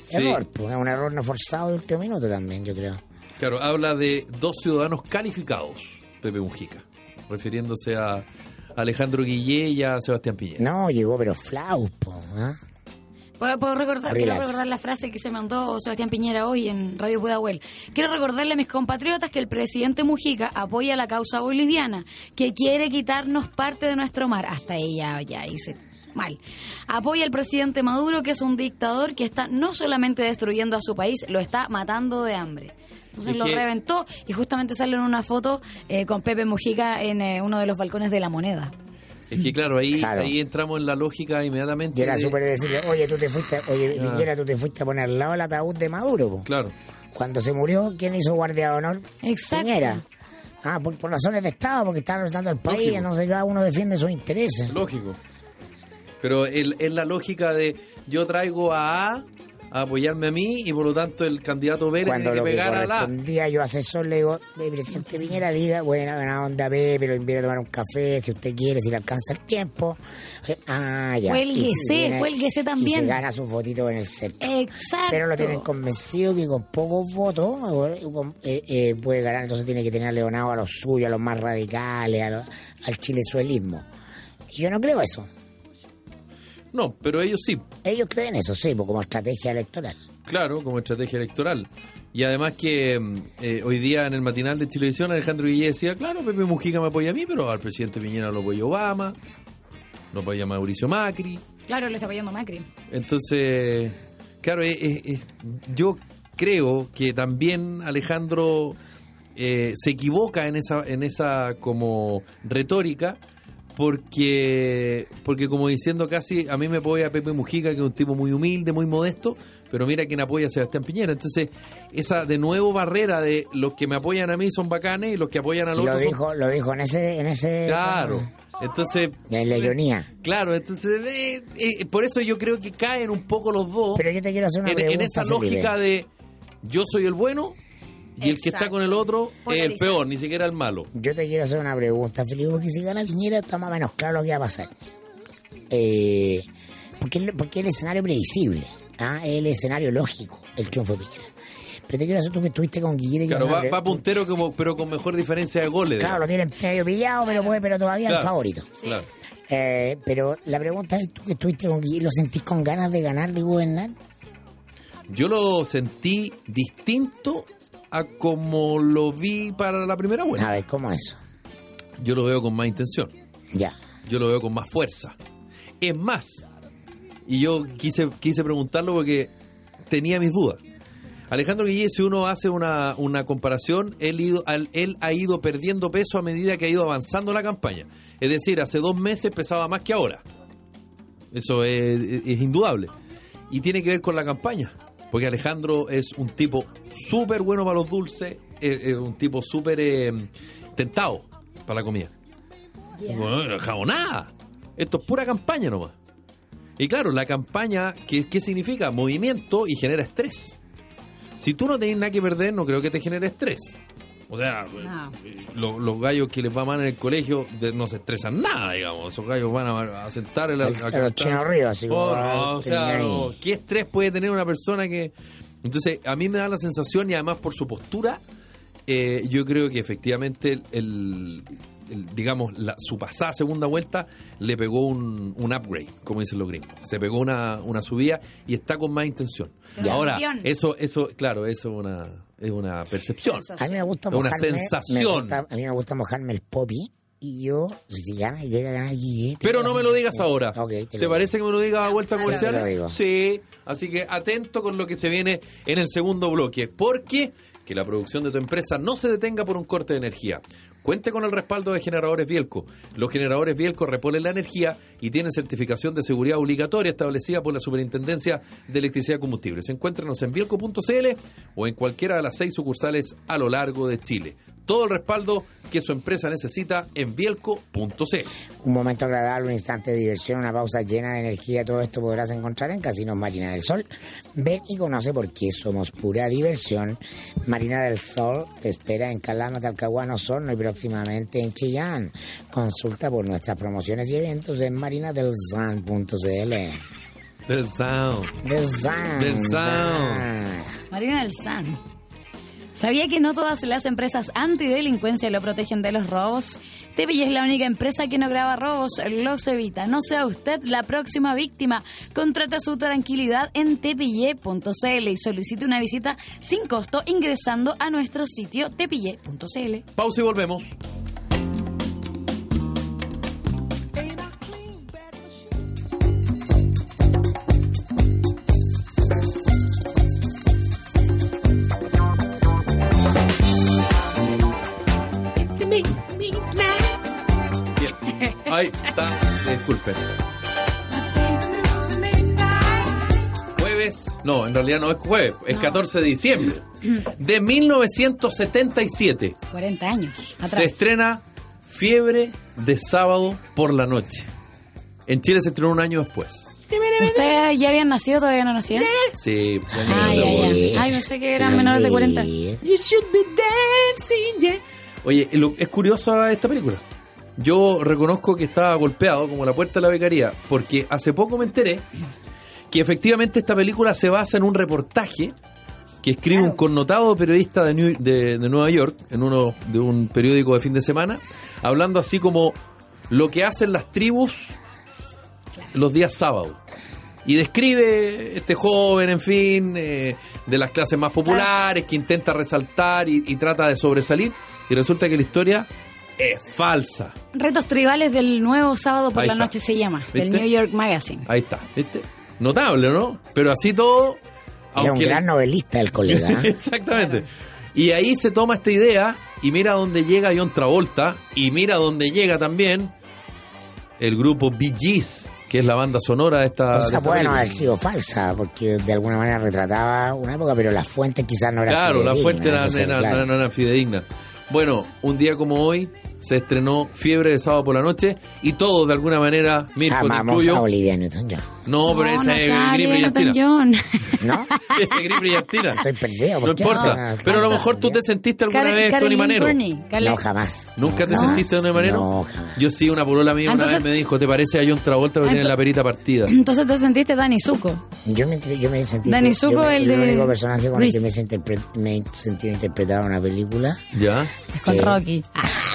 Speaker 1: Sí.
Speaker 3: Error, pues, es un error no forzado de último minuto también, yo creo.
Speaker 1: Claro, habla de dos ciudadanos calificados, Pepe Mujica, refiriéndose a Alejandro Guillé y a Sebastián Piñera.
Speaker 3: No, llegó, pero flaupo, ¿ah?
Speaker 2: Puedo, puedo recordar, quiero
Speaker 3: Relax.
Speaker 2: recordar la frase que se mandó Sebastián Piñera hoy en Radio Pudahuel. Quiero recordarle a mis compatriotas que el presidente Mujica apoya la causa boliviana, que quiere quitarnos parte de nuestro mar. Hasta ahí ya, ya hice mal. Apoya al presidente Maduro, que es un dictador que está no solamente destruyendo a su país, lo está matando de hambre. Entonces
Speaker 1: Es
Speaker 2: lo
Speaker 1: que-
Speaker 2: reventó y justamente sale en una foto eh, con Pepe Mujica en eh, uno de los balcones de la moneda.
Speaker 1: Es que claro ahí,
Speaker 3: Claro.
Speaker 1: ahí entramos en la lógica inmediatamente.
Speaker 3: Y era
Speaker 1: de-
Speaker 3: súper decirle, oye, tú te fuiste, oye,
Speaker 1: Ah.
Speaker 3: Piñera, tú te fuiste a poner al lado del ataúd de Maduro, pues". po.
Speaker 1: Claro.
Speaker 3: Cuando se murió, ¿quién hizo guardia de honor?
Speaker 2: Exacto.
Speaker 3: Piñera. Ah, por, por razones de Estado, porque están representando al país,
Speaker 1: Lógico.
Speaker 3: entonces cada uno defiende sus intereses.
Speaker 1: Lógico. Pero el- es la lógica de yo traigo a A a apoyarme a mí y por lo tanto el candidato B le
Speaker 3: Cuando
Speaker 1: tiene que
Speaker 3: lo que
Speaker 1: pegar a la A.
Speaker 3: correspondía, yo asesor le digo, "Eh, presidente Piñera, diga, buena, buena onda, Pepe, lo invito a tomar un café, si usted quiere, si le alcanza el tiempo. Eh, Ah, ya.
Speaker 2: Cuélguese,
Speaker 3: Y se viene-
Speaker 2: cuélguese
Speaker 3: Y se
Speaker 2: también.
Speaker 3: gana su fotito en el centro.
Speaker 2: Exacto.
Speaker 3: Pero lo tienen convencido que con pocos votos eh, con- eh, eh, puede ganar, entonces tiene que tener leonado a los suyos, a los más radicales, a los- al chilezuelismo. Y Yo no creo eso.
Speaker 1: No, pero ellos sí,
Speaker 3: Ellos creen eso, sí, pues, como estrategia electoral.
Speaker 1: claro, como estrategia electoral. Y además que mm, eh, hoy día en el matinal de televisión Alejandro Guillé decía, claro, Pepe Mujica me apoya a mí, pero al presidente Piñera lo apoya Obama, lo apoya Mauricio Macri.
Speaker 2: Claro, lo está apoyando Macri.
Speaker 1: Entonces, claro, es- es- es- yo creo que también Alejandro eh, se equivoca en esa, en esa como retórica, porque, porque como diciendo casi, a mí me apoya Pepe Mujica, que es un tipo muy humilde, muy modesto, pero mira quién apoya a Sebastián Piñera. Entonces, esa de nuevo barrera de los que me apoyan a mí son bacanes y los que apoyan al
Speaker 3: Y
Speaker 1: otro
Speaker 3: lo
Speaker 1: son-
Speaker 3: dijo, lo dijo en ese, en ese
Speaker 1: Claro. Entonces,
Speaker 3: en la ironía.
Speaker 1: Claro, entonces, eh, eh, por eso yo creo que caen un poco los dos
Speaker 3: Pero yo te quiero hacer una
Speaker 1: en, en
Speaker 3: pregunta.
Speaker 1: esa
Speaker 3: Felipe.
Speaker 1: lógica de yo soy el bueno y el que
Speaker 2: Exacto.
Speaker 1: está con el otro es el
Speaker 2: Polarizar.
Speaker 1: peor, ni siquiera el malo.
Speaker 3: Yo te quiero hacer una pregunta, Felipe, porque si gana Piñera está más o menos claro lo que va a pasar. Eh, porque, el- porque el escenario previsible, ¿ah? el escenario lógico, el triunfo de Piñera. Pero te quiero hacer tú que estuviste con Guillermo. y
Speaker 1: Claro,
Speaker 3: que-
Speaker 1: va, va puntero como, pero con mejor diferencia de goles.
Speaker 3: Claro, lo
Speaker 1: digamos.
Speaker 3: tienen medio pillado, pero, puede, pero todavía el
Speaker 1: Claro.
Speaker 3: favorito.
Speaker 1: Claro.
Speaker 3: Eh, pero la pregunta es, tú que estuviste con Guillermo, ¿lo sentís con ganas de ganar, de gobernar?
Speaker 1: Yo lo sentí distinto a como lo vi para la primera
Speaker 3: A
Speaker 1: vuelta.
Speaker 3: ver, ¿cómo es eso?
Speaker 1: Yo lo veo con más intención.
Speaker 3: Ya.
Speaker 1: yo lo veo con más fuerza. Es más, y yo quise, quise preguntarlo porque tenía mis dudas. Alejandro Guille, si uno hace una, una comparación, él, ido- al- él ha ido perdiendo peso a medida que ha ido avanzando la campaña. Es decir, hace dos meses pesaba más que ahora. Eso es, es indudable. Y tiene que ver con la campaña. Porque Alejandro es un tipo súper bueno para los dulces, es, es un tipo súper eh, tentado para la comida. Bueno, jabonada. Esto es pura campaña nomás. Y claro, la campaña, ¿qué, qué significa? Movimiento y genera estrés. Si tú no tenés nada que perder, no creo que te genere estrés. O sea,
Speaker 2: No.
Speaker 1: eh, lo- los gallos que les va mal en el colegio de- no se estresan nada, digamos. Esos gallos van a, a sentar el,
Speaker 3: El-
Speaker 1: a
Speaker 3: los
Speaker 1: cantar.
Speaker 3: chinos ríos, así como,
Speaker 1: Oh, no,
Speaker 3: ah,
Speaker 1: o sea,
Speaker 3: termina ahí.
Speaker 1: no, ¿qué estrés puede tener una persona que... Entonces, a mí me da la sensación, y además por su postura, eh, yo creo que efectivamente el, el- el- digamos la- su pasada segunda vuelta le pegó un, un upgrade, como dicen los gringos. Se pegó una, una subida y está con más intención.
Speaker 2: Pero
Speaker 1: Ahora,
Speaker 2: campeón.
Speaker 1: eso, eso, claro, eso es una, es una percepción.
Speaker 2: Sensación.
Speaker 3: A mí me gusta
Speaker 1: Una
Speaker 3: mojarme. me
Speaker 1: sensación.
Speaker 3: gusta- a mí me gusta mojarme el popi. Y yo, si gana, llega a ganar Guille.
Speaker 1: Pero no me lo digas ahora.
Speaker 3: Ok, te lo
Speaker 1: ¿Te,
Speaker 3: digo.
Speaker 1: parece que me lo digas a vuelta
Speaker 3: Sí,
Speaker 1: comercial?
Speaker 3: te lo digo.
Speaker 1: Sí. Así que atento con lo que se viene en el segundo bloque. Porque que la producción de tu empresa no se detenga por un corte de energía. Cuente con el respaldo de Generadores Bielco. Los generadores Bielco reponen la energía y tienen certificación de seguridad obligatoria establecida por la Superintendencia de Electricidad y Combustibles. Encuéntranos en bielco.cl o en cualquiera de las seis sucursales a lo largo de Chile. Todo el respaldo que su empresa necesita en bielco.cl.
Speaker 3: Un momento agradable, un instante de diversión, una pausa llena de energía. Todo esto podrás encontrar en Casinos Marina del Sol. Ven y conoce por qué somos pura diversión. Marina del Sol te espera en Calama, Talcahuano, Osorno y próximamente en Chillán. Consulta por nuestras promociones y eventos en marinadelsol.cl.
Speaker 1: Del sound.
Speaker 3: Del San.
Speaker 1: Del San.
Speaker 2: Marina del San. ¿Sabía que no todas las empresas antidelincuencia lo protegen de los robos? Tepi es la única empresa que no graba robos, los evita. No sea usted la próxima víctima. Contrata su tranquilidad en tepille.cl y solicite una visita sin costo ingresando a nuestro sitio tepille.cl.
Speaker 1: Pausa y volvemos. Bien. Ahí está. Disculpen. Jueves, no, en realidad no es jueves, es 14 de diciembre de 1977.
Speaker 2: 40 años atrás.
Speaker 1: Se estrena Fiebre de sábado por la noche. En Chile se estrenó un año después.
Speaker 2: ¿Ustedes ya habían nacido todavía no nacían?
Speaker 1: Sí, fue en el
Speaker 2: Ay,
Speaker 1: Globo.
Speaker 2: ay, ay. Ah, Ay, pensé que eran menores de 40.
Speaker 1: You should be dancing, yeah. Oye, lo- es curiosa esta película. Yo reconozco que estaba golpeado como la puerta de la becaría, porque hace poco me enteré que efectivamente esta película se basa en un reportaje que escribe un connotado periodista de, New- de- de Nueva York en uno de un periódico de fin de semana, hablando así como lo que hacen las tribus los días sábados. Y describe este joven, en fin, eh, de las clases más populares, que intenta resaltar y, y trata de sobresalir. Y resulta que la historia es falsa.
Speaker 2: Retos tribales del nuevo sábado por
Speaker 1: Ahí
Speaker 2: la
Speaker 1: está.
Speaker 2: noche se llama, del
Speaker 1: ¿Viste?
Speaker 2: New York Magazine.
Speaker 1: Ahí está, ¿viste? Notable, ¿no? Pero así todo...
Speaker 3: Era un
Speaker 1: aunque- <laughs>
Speaker 3: gran novelista el colega. ¿eh?
Speaker 1: Exactamente. Y ahí se toma esta idea y mira dónde llega John Travolta y mira dónde llega también el grupo Bee Gees, que es la banda sonora de esta...
Speaker 3: O
Speaker 1: Ah, de
Speaker 3: sea,
Speaker 1: esta
Speaker 3: puede no
Speaker 1: película.
Speaker 3: haber sido falsa, porque de alguna manera retrataba una época, pero las fuentes quizás no eran
Speaker 1: Claro, la
Speaker 3: fidedignas,
Speaker 1: fuente era-
Speaker 3: eso sí,
Speaker 1: era-
Speaker 3: claro.
Speaker 1: no era fidedigna. Bueno, un día como hoy se estrenó Fiebre de sábado por la noche y todos de alguna manera, Mirko, te
Speaker 3: Amamos
Speaker 1: incluyo.
Speaker 3: a Olivia Newton-John,
Speaker 1: No, pero
Speaker 2: No,
Speaker 1: ese
Speaker 2: no,
Speaker 1: es Gripper y
Speaker 2: Newton
Speaker 1: Astina.
Speaker 2: John.
Speaker 1: <laughs>
Speaker 3: ¿no?
Speaker 1: Ese Gripper y Astina.
Speaker 3: <laughs> Estoy perdido.
Speaker 1: No
Speaker 3: ¿por qué Ah,
Speaker 1: importa.
Speaker 3: hablas
Speaker 1: Pero a lo
Speaker 3: tanto?
Speaker 1: mejor tú te sentiste alguna
Speaker 2: Care-
Speaker 1: vez Tony
Speaker 2: Caroline
Speaker 1: Manero.
Speaker 2: Burney. Cale-
Speaker 3: No, jamás.
Speaker 1: ¿Nunca te
Speaker 3: No,
Speaker 1: sentiste de
Speaker 3: jamás.
Speaker 1: Tony Manero?
Speaker 3: Ah, No, jamás.
Speaker 1: Yo sí, una polola mía una
Speaker 2: Ah, Entonces- Ah,
Speaker 1: vez me dijo, ¿te parece a John Travolta que tiene
Speaker 2: Ento-
Speaker 1: la perita
Speaker 2: <laughs>
Speaker 1: partida?
Speaker 2: Entonces te sentiste Dani Zuko.
Speaker 3: Yo me, entre- yo me sentí...
Speaker 2: Dani
Speaker 3: yo
Speaker 2: Zuko,
Speaker 3: me-
Speaker 2: el de-
Speaker 3: único personaje con el que
Speaker 2: Reese.
Speaker 3: me, sentí interpre- me he sentido interpretado en una película...
Speaker 1: ¿Ya?
Speaker 2: Es con
Speaker 3: Eh,
Speaker 2: Rocky.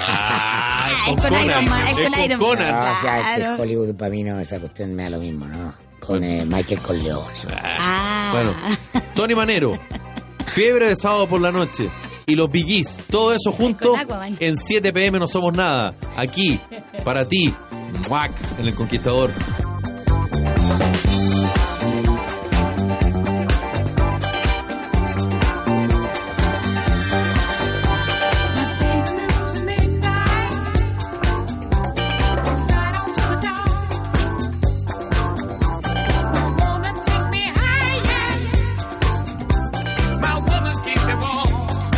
Speaker 1: Ah,
Speaker 2: es con Iron Man, es
Speaker 1: es
Speaker 2: con Iron Man.
Speaker 1: Conan.
Speaker 3: No, o sea, si
Speaker 2: Claro.
Speaker 3: es Hollywood para mí no, esa cuestión me da lo mismo, ¿no? Con eh, Michael Corleone.
Speaker 2: Ah.
Speaker 1: Bueno, Tony Manero, fiebre de sábado por la noche y los Bee Gees, todo eso junto
Speaker 2: Con Aquaman.
Speaker 1: en 7 pm no somos nada. Aquí, para ti, ¡muac! en El Conquistador.
Speaker 5: Thank you.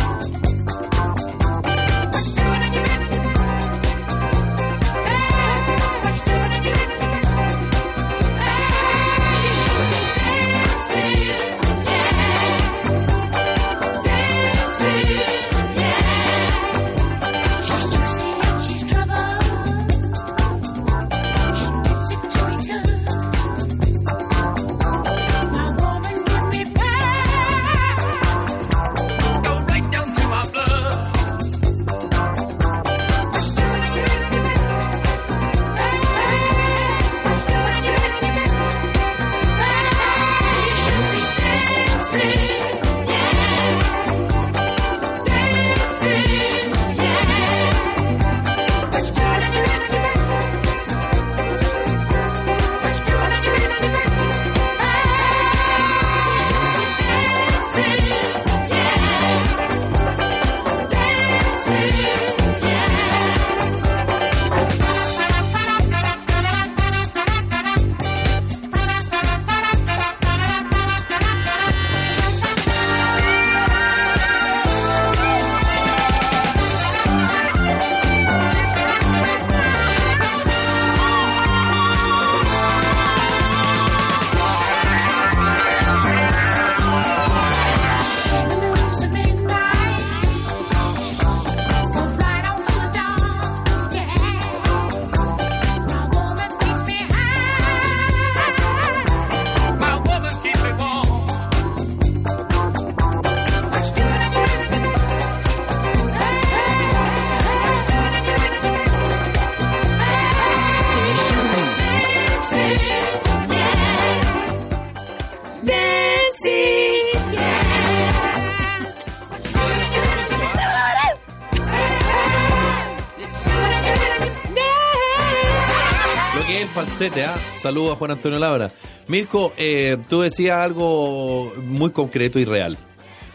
Speaker 1: Falsete, ¿ah? Saludos a Juan Antonio Labra. Mirko, eh, tú decías algo muy concreto y real.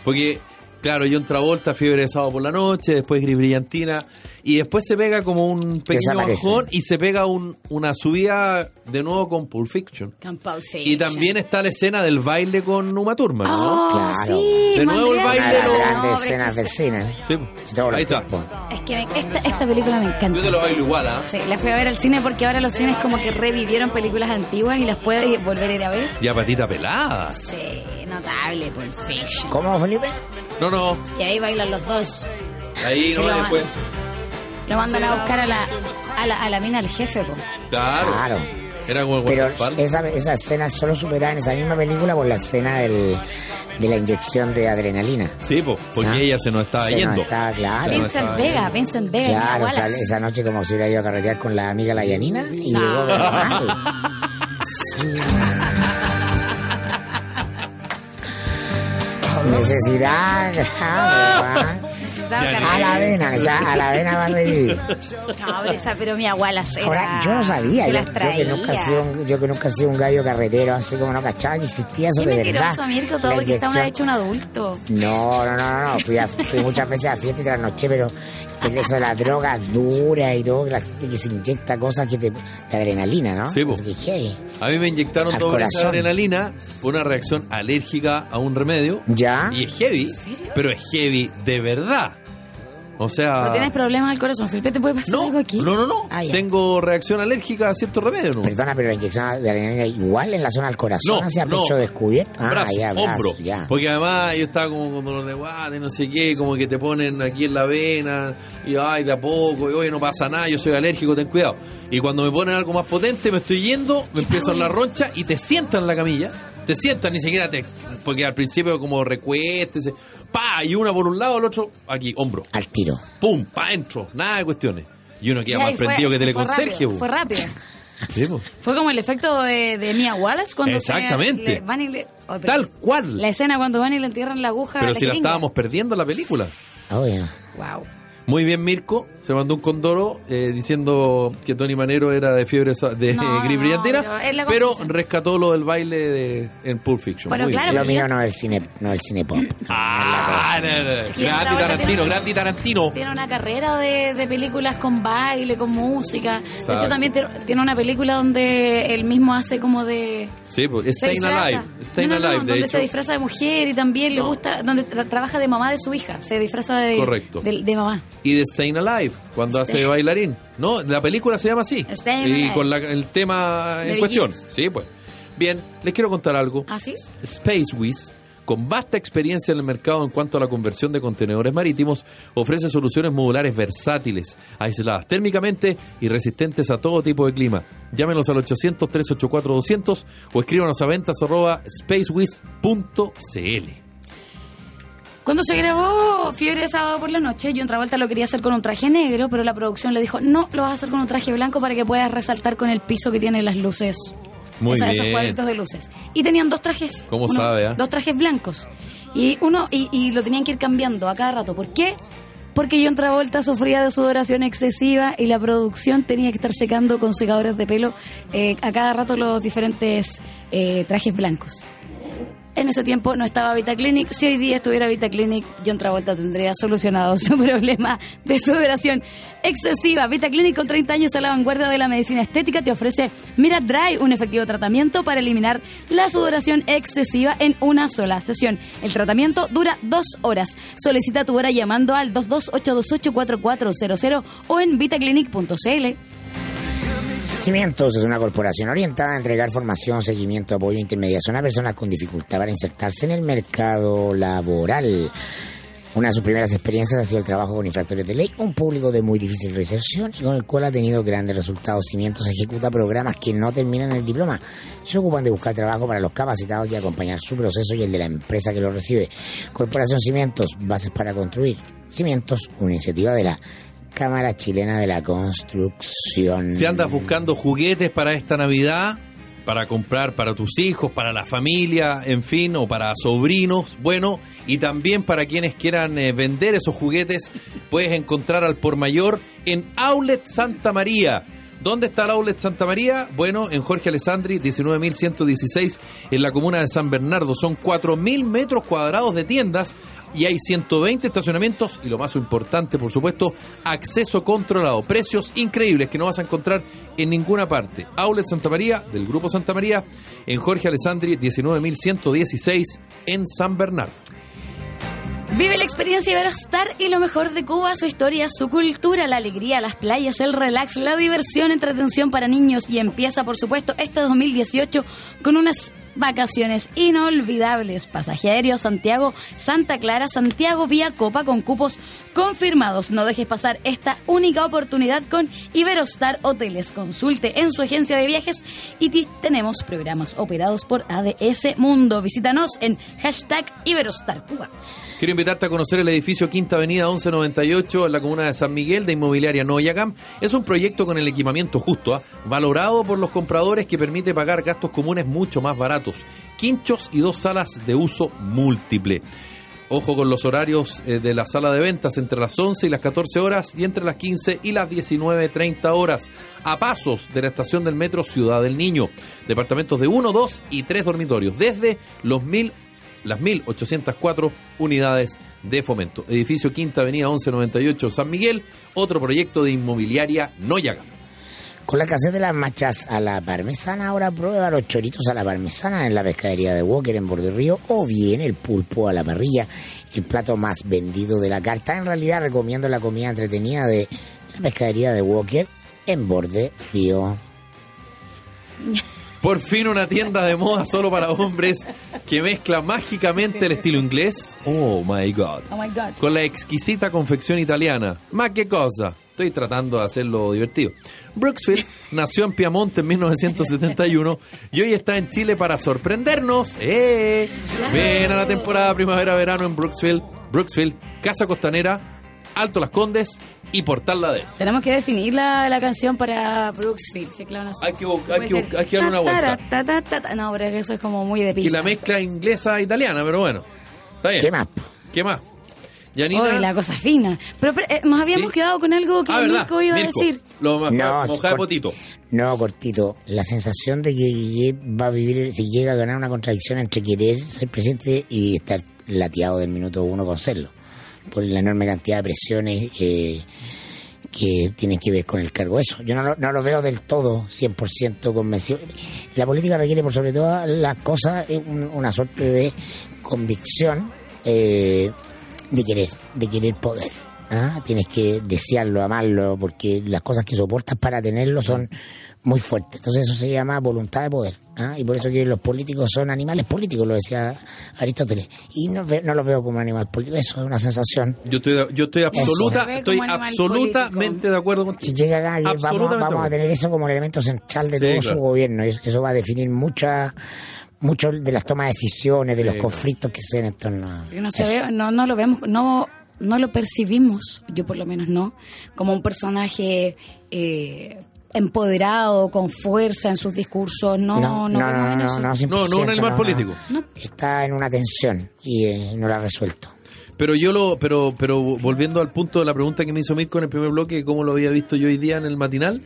Speaker 1: Porque, claro, John Travolta, fiebre de sábado por la noche, después gris brillantina, y después se pega como un pequeño
Speaker 3: Desaparece.
Speaker 1: bajón y se pega un- una subida de nuevo con Pulp Fiction. Y también está la escena del baile con Uma Thurman, ¿no?
Speaker 2: Ah,
Speaker 3: Claro.
Speaker 2: sí,
Speaker 1: De nuevo el
Speaker 2: Mandela.
Speaker 1: baile
Speaker 3: Una de las
Speaker 1: lo-
Speaker 3: grandes
Speaker 2: No,
Speaker 3: escenas del cine.
Speaker 1: Sí, ahí
Speaker 3: Todos los
Speaker 1: está.
Speaker 3: tiempos.
Speaker 2: Es que me- esta, esta película me encanta.
Speaker 1: Yo te lo bailo igual, ¿ah?
Speaker 2: Sí, la fui a ver al cine porque ahora los cines como que revivieron películas antiguas y las puedes volver a ir a ver.
Speaker 1: Ya patita pelada.
Speaker 2: Sí, notable, Pulp Fiction.
Speaker 3: ¿Cómo, Felipe?
Speaker 1: No, no.
Speaker 2: Y ahí bailan los dos.
Speaker 1: Ahí no
Speaker 2: Lo-
Speaker 1: después.
Speaker 2: Lo mandan a buscar a la, a la, a la mina al jefe, po.
Speaker 1: Claro.
Speaker 3: Claro.
Speaker 1: Era como el
Speaker 3: Pero
Speaker 1: guardaespaldas.
Speaker 3: esa, esa escena es solo superada en esa misma película por la escena del, de la inyección de adrenalina.
Speaker 1: Sí, po, porque
Speaker 3: Ah.
Speaker 1: ella se nos estaba
Speaker 3: Se nos
Speaker 1: yendo.
Speaker 3: estaba, claro.
Speaker 1: Se nos
Speaker 2: Vincent
Speaker 1: estaba
Speaker 2: Vega, Vincent Vega, Mia
Speaker 3: Claro,
Speaker 2: Wallace.
Speaker 3: esa, esa noche como si hubiera ido a carretear con la amiga la Yanina y llegó pero
Speaker 2: <laughs>
Speaker 3: mal. Necesidad grave, ¿va?
Speaker 2: Estaba
Speaker 1: Ya,
Speaker 3: A la avena, esa- a la avena va a revivir.
Speaker 2: No, pero esa, pero Mia Wallace era-
Speaker 3: Ahora, yo no sabía,
Speaker 2: se
Speaker 3: yo,
Speaker 2: las
Speaker 3: yo
Speaker 2: traía.
Speaker 3: que nunca he sido un, yo que nunca he sido un gallo carretero, así como no cachaba que existía eso
Speaker 2: Qué
Speaker 3: de verdad.
Speaker 2: mentiroso, Mirko, todo
Speaker 3: La
Speaker 2: porque estamos
Speaker 3: inyección-
Speaker 2: hecho un adulto.
Speaker 3: No, no, no, no, no. Fui, a- fui muchas veces a fiesta y trasnoché, pero el eso de las drogas duras y todo, que la gente que se inyecta cosas que te, de adrenalina, ¿no?
Speaker 1: Sí, po.
Speaker 3: Así que, hey,
Speaker 1: A mí me inyectaron
Speaker 3: Al
Speaker 1: dos veces
Speaker 3: corazón.
Speaker 1: adrenalina por una reacción alérgica a un remedio.
Speaker 3: ¿Ya?
Speaker 1: Y es heavy, pero es heavy de verdad. O sea...
Speaker 2: ¿No tienes problemas al corazón, Felipe? ¿Te puede pasar
Speaker 1: Ah. no,
Speaker 2: algo aquí?
Speaker 1: no, no, no.
Speaker 2: Ah, ya.
Speaker 1: Tengo reacción alérgica a cierto remedio. ¿no?
Speaker 3: Perdona, pero la inyección de adrenalina igual en la zona del corazón,
Speaker 1: No,
Speaker 3: hacia
Speaker 1: no.
Speaker 3: pecho descubierto. Ah,
Speaker 1: brazo,
Speaker 3: ya, brazo,
Speaker 1: hombro.
Speaker 3: ya.
Speaker 1: Porque además yo estaba como con dolor de guate, no sé qué, como que te ponen aquí en la vena, y ay, de a poco, y oye, no pasa nada, yo soy alérgico, ten cuidado. Y cuando me ponen algo más potente, me estoy yendo, me empiezo en la roncha y te sientan en la camilla, te sientan, ni siquiera te. Porque al principio como recuéstese, pa, y una por un lado, el otro, aquí, hombro,
Speaker 3: Al tiro.
Speaker 1: pum, pa, entro, nada de cuestiones. Y uno
Speaker 2: Ya,
Speaker 1: queda más
Speaker 2: y fue-
Speaker 1: prendido que
Speaker 2: fue
Speaker 1: teleconserje,
Speaker 2: rápido,
Speaker 1: bu.
Speaker 2: Fue rápido.
Speaker 1: Sí, bu.
Speaker 2: Fue como el efecto de, de Mia Wallace cuando se-
Speaker 1: Exactamente.
Speaker 2: le van y le- Ay, pero-
Speaker 1: Tal cual.
Speaker 2: La escena cuando van y le entierran la aguja a
Speaker 1: Pero
Speaker 2: la
Speaker 1: si la
Speaker 2: jeringa.
Speaker 1: estábamos perdiendo la película.
Speaker 3: Obvio.
Speaker 2: Wow.
Speaker 1: Muy bien, Mirko. Se mandó un condoro eh, diciendo que Tony Manero era de fiebre sa- de
Speaker 2: No,
Speaker 1: <laughs>
Speaker 2: no,
Speaker 1: gris brillantina,
Speaker 2: pero es la
Speaker 1: pero,
Speaker 2: confusión.
Speaker 1: rescató lo del baile de, en Pulp Fiction.
Speaker 2: Bueno,
Speaker 1: Muy
Speaker 2: claro,
Speaker 1: bien.
Speaker 3: Lo
Speaker 2: pero ya-
Speaker 3: mío no es el cine, no es el cine pop.
Speaker 1: Ah, no, no, no.
Speaker 2: que
Speaker 1: grande
Speaker 2: la otra
Speaker 1: Tarantino,
Speaker 2: tiene-
Speaker 1: grande Tarantino.
Speaker 2: Tiene una carrera de, de películas con baile, con música. De
Speaker 1: Exacto.
Speaker 2: hecho, también tiene- tiene una película donde él mismo hace como de...
Speaker 1: Sí, pues,
Speaker 2: se
Speaker 1: Staying
Speaker 2: disfraza.
Speaker 1: Alive. Staying
Speaker 2: No, no, no,
Speaker 1: Alive, de
Speaker 2: donde
Speaker 1: hecho.
Speaker 2: se disfraza de mujer y también le gusta... Donde tra- trabaja de mamá de su hija. Se disfraza de,
Speaker 1: Correcto.
Speaker 2: de, de mamá.
Speaker 1: Y de Staying Alive, cuando hace bailarín. No, la película se llama así.
Speaker 2: Staying
Speaker 1: y
Speaker 2: Alive.
Speaker 1: con la- el tema
Speaker 2: De ¿Ah,
Speaker 1: en cuestión.
Speaker 2: Billys.
Speaker 1: Sí, pues. Bien, les quiero contar algo.
Speaker 2: ¿Así?
Speaker 1: SpaceWiz, con vasta experiencia en el mercado en cuanto a la conversión de contenedores marítimos, ofrece soluciones modulares versátiles, aisladas térmicamente y resistentes a todo tipo de clima. Llámenos al 800-384-200 o escríbanos a ventas arroba spacewiz.cl.
Speaker 2: Cuando se grabó Fiebre de Sábado por la Noche, John Travolta lo quería hacer con un traje negro, pero la producción le dijo, no, lo vas a hacer con un traje blanco para que puedas resaltar con el piso que tiene las luces.
Speaker 1: Muy
Speaker 2: o sea,
Speaker 1: bien.
Speaker 2: esos cuadritos de luces. Y tenían dos trajes.
Speaker 1: ¿Cómo
Speaker 2: Uno-
Speaker 1: sabe, ah?
Speaker 2: Dos trajes blancos. Y uno y, y lo tenían que ir cambiando a cada rato. ¿Por qué? Porque John Travolta sufría de sudoración excesiva y la producción tenía que estar secando con secadores de pelo eh, a cada rato los diferentes eh, trajes blancos. En ese tiempo no estaba VitaClinic. Si hoy día estuviera VitaClinic, John Travolta tendría solucionado <laughs> su problema de sudoración excesiva. VitaClinic, con 30 años a la vanguardia de la medicina estética, te ofrece Mira Dry, un efectivo tratamiento para eliminar la sudoración excesiva en una sola sesión. El tratamiento dura dos horas. Solicita tu hora llamando al 228284400 o en vitaclinic.cl.
Speaker 3: Cimientos es una corporación orientada a entregar formación, seguimiento, apoyo e intermediación a personas con dificultad para insertarse en el mercado laboral. Una de sus primeras experiencias ha sido el trabajo con infractores de ley, un público de muy difícil recepción y con el cual ha tenido grandes resultados. Cimientos ejecuta programas que no terminan el diploma. Se ocupan de buscar trabajo para los capacitados y acompañar su proceso y el de la empresa que lo recibe. Corporación Cimientos, bases para construir. Cimientos, una iniciativa de la Cámara Chilena de la Construcción.
Speaker 1: Si andas buscando juguetes para esta Navidad, para comprar para tus hijos, para la familia, en fin, o para sobrinos, bueno, y también para quienes quieran eh, vender esos juguetes, puedes encontrar al por mayor en Outlet Santa María. ¿Dónde está el outlet Santa María? Bueno, en Jorge Alessandri, 19.116, en la comuna de San Bernardo. Son 4.000 metros cuadrados de tiendas y hay 120 estacionamientos y lo más importante, por supuesto, acceso controlado. Precios increíbles que no vas a encontrar en ninguna parte. Outlet Santa María, del Grupo Santa María, en Jorge Alessandri, 19.116, en San Bernardo.
Speaker 2: Vive la experiencia Iberostar y lo mejor de Cuba, su historia, su cultura, la alegría, las playas, el relax, la diversión, entretención para niños y empieza, por supuesto, este 2018 con unas vacaciones inolvidables. Pasaje aéreo Santiago, Santa Clara, Santiago vía Copa con cupos confirmados. No dejes pasar esta única oportunidad con Iberostar Hoteles. Consulte en su agencia de viajes y ti- tenemos programas operados por ADS Mundo. Visítanos en hashtag Iberostar Cuba.
Speaker 1: Quiero invitarte a conocer el edificio Quinta Avenida 1198 en la comuna de San Miguel de Inmobiliaria Noyacam. Es un proyecto con el equipamiento justo, ¿ah? valorado por los compradores que permite pagar gastos comunes mucho más baratos, quinchos y dos salas de uso múltiple. Ojo con los horarios eh, de la sala de ventas entre las 11 y las 14 horas y entre las 15 y las 19.30 horas, a pasos de la estación del metro Ciudad del Niño. Departamentos de 1, 2 y 3 dormitorios, desde los 1.000 las 1.804 unidades de fomento. Edificio Quinta Avenida 1198 San Miguel, otro proyecto de inmobiliaria Noyaga.
Speaker 3: Con la caseta de las machas a la parmesana, ahora prueba los choritos a la parmesana en la pescadería de Walker en Borde Río o bien el pulpo a la parrilla, el plato más vendido de la carta. En realidad recomiendo la comida entretenida de la pescadería de Walker en Borde Río.
Speaker 1: Por fin una tienda de moda solo para hombres que mezcla mágicamente el estilo inglés. Oh my god.
Speaker 2: Oh my God.
Speaker 1: Con la exquisita confección italiana. Más que cosa. Estoy tratando de hacerlo divertido.
Speaker 2: <laughs>
Speaker 1: Brooksfield nació en Piamonte en 1971 y hoy está en Chile para sorprendernos. ¡Eh! Ven a la temporada primavera-verano en Brooksfield. Brooksfield, Casa Costanera, Alto Las Condes y Portal La Dehesa.
Speaker 2: Tenemos que definir la, la canción para Brooksfield, sí, claro. no sé.
Speaker 1: Hay que bu- hay
Speaker 2: Puede
Speaker 1: que bu-
Speaker 2: ser,
Speaker 1: hay que darle una vuelta.
Speaker 2: ta, ta, ta, ta. No, pero eso es como muy de
Speaker 1: Y
Speaker 2: pizza.
Speaker 1: la mezcla inglesa-italiana, pero bueno. Está bien.
Speaker 3: ¿Qué más?
Speaker 1: ¿Qué más? Yanina.
Speaker 2: Oye, la cosa fina. Pero, pero, eh, nos habíamos
Speaker 1: Sí.
Speaker 2: quedado con algo que
Speaker 1: ah, ¿verdad?
Speaker 2: Mirko iba
Speaker 1: Mirko,
Speaker 2: a decir.
Speaker 1: Lo moja,
Speaker 3: si
Speaker 1: moja de
Speaker 3: cort-
Speaker 1: potito.
Speaker 3: No, cortito. La sensación de que Guille va a vivir, si llega a ganar una contradicción entre querer ser presidente y estar lateado del minuto uno con serlo, por la enorme cantidad de presiones eh, que tienen que ver con el cargo. Eso, yo no, lo- no lo veo del todo 100% convencido. La política requiere, por sobre todo las cosas, eh, un- una suerte de convicción eh, de querer, de querer poder. ¿ah? Tienes que desearlo, amarlo, porque las cosas que soportas para tenerlo son muy fuertes. Entonces eso se llama voluntad de poder. ¿ah? Y por eso que los políticos son animales políticos, lo decía Aristóteles. Y no, ve- no los veo como animal político, eso es una sensación.
Speaker 1: Yo estoy, de- yo estoy absoluta,
Speaker 2: Se ve
Speaker 1: estoy
Speaker 2: como animal
Speaker 1: absolutamente
Speaker 2: político.
Speaker 1: de acuerdo contigo.
Speaker 3: Si llega acá, vamos,
Speaker 1: Absolutamente de
Speaker 3: vamos a
Speaker 1: acuerdo.
Speaker 3: tener eso como el elemento central de
Speaker 1: Sí,
Speaker 3: todo su
Speaker 1: claro.
Speaker 3: gobierno. y Eso eso va a definir muchas mucho de las tomas de decisiones, de los
Speaker 1: claro.
Speaker 3: conflictos que se den en torno a
Speaker 2: Porque No, se
Speaker 3: eso.
Speaker 2: ve- no, no lo vemos, no, no lo percibimos, yo por lo menos no, como un personaje eh, empoderado, con fuerza en sus discursos. No, no, no, vemos en eso.
Speaker 3: no, 100%,
Speaker 1: No, no un animal político.
Speaker 2: No.
Speaker 3: Está en una tensión y eh, no la ha resuelto.
Speaker 1: Pero yo lo, pero, pero volviendo al punto de la pregunta que me hizo Mirko en el primer bloque, cómo lo había visto yo hoy día en el matinal,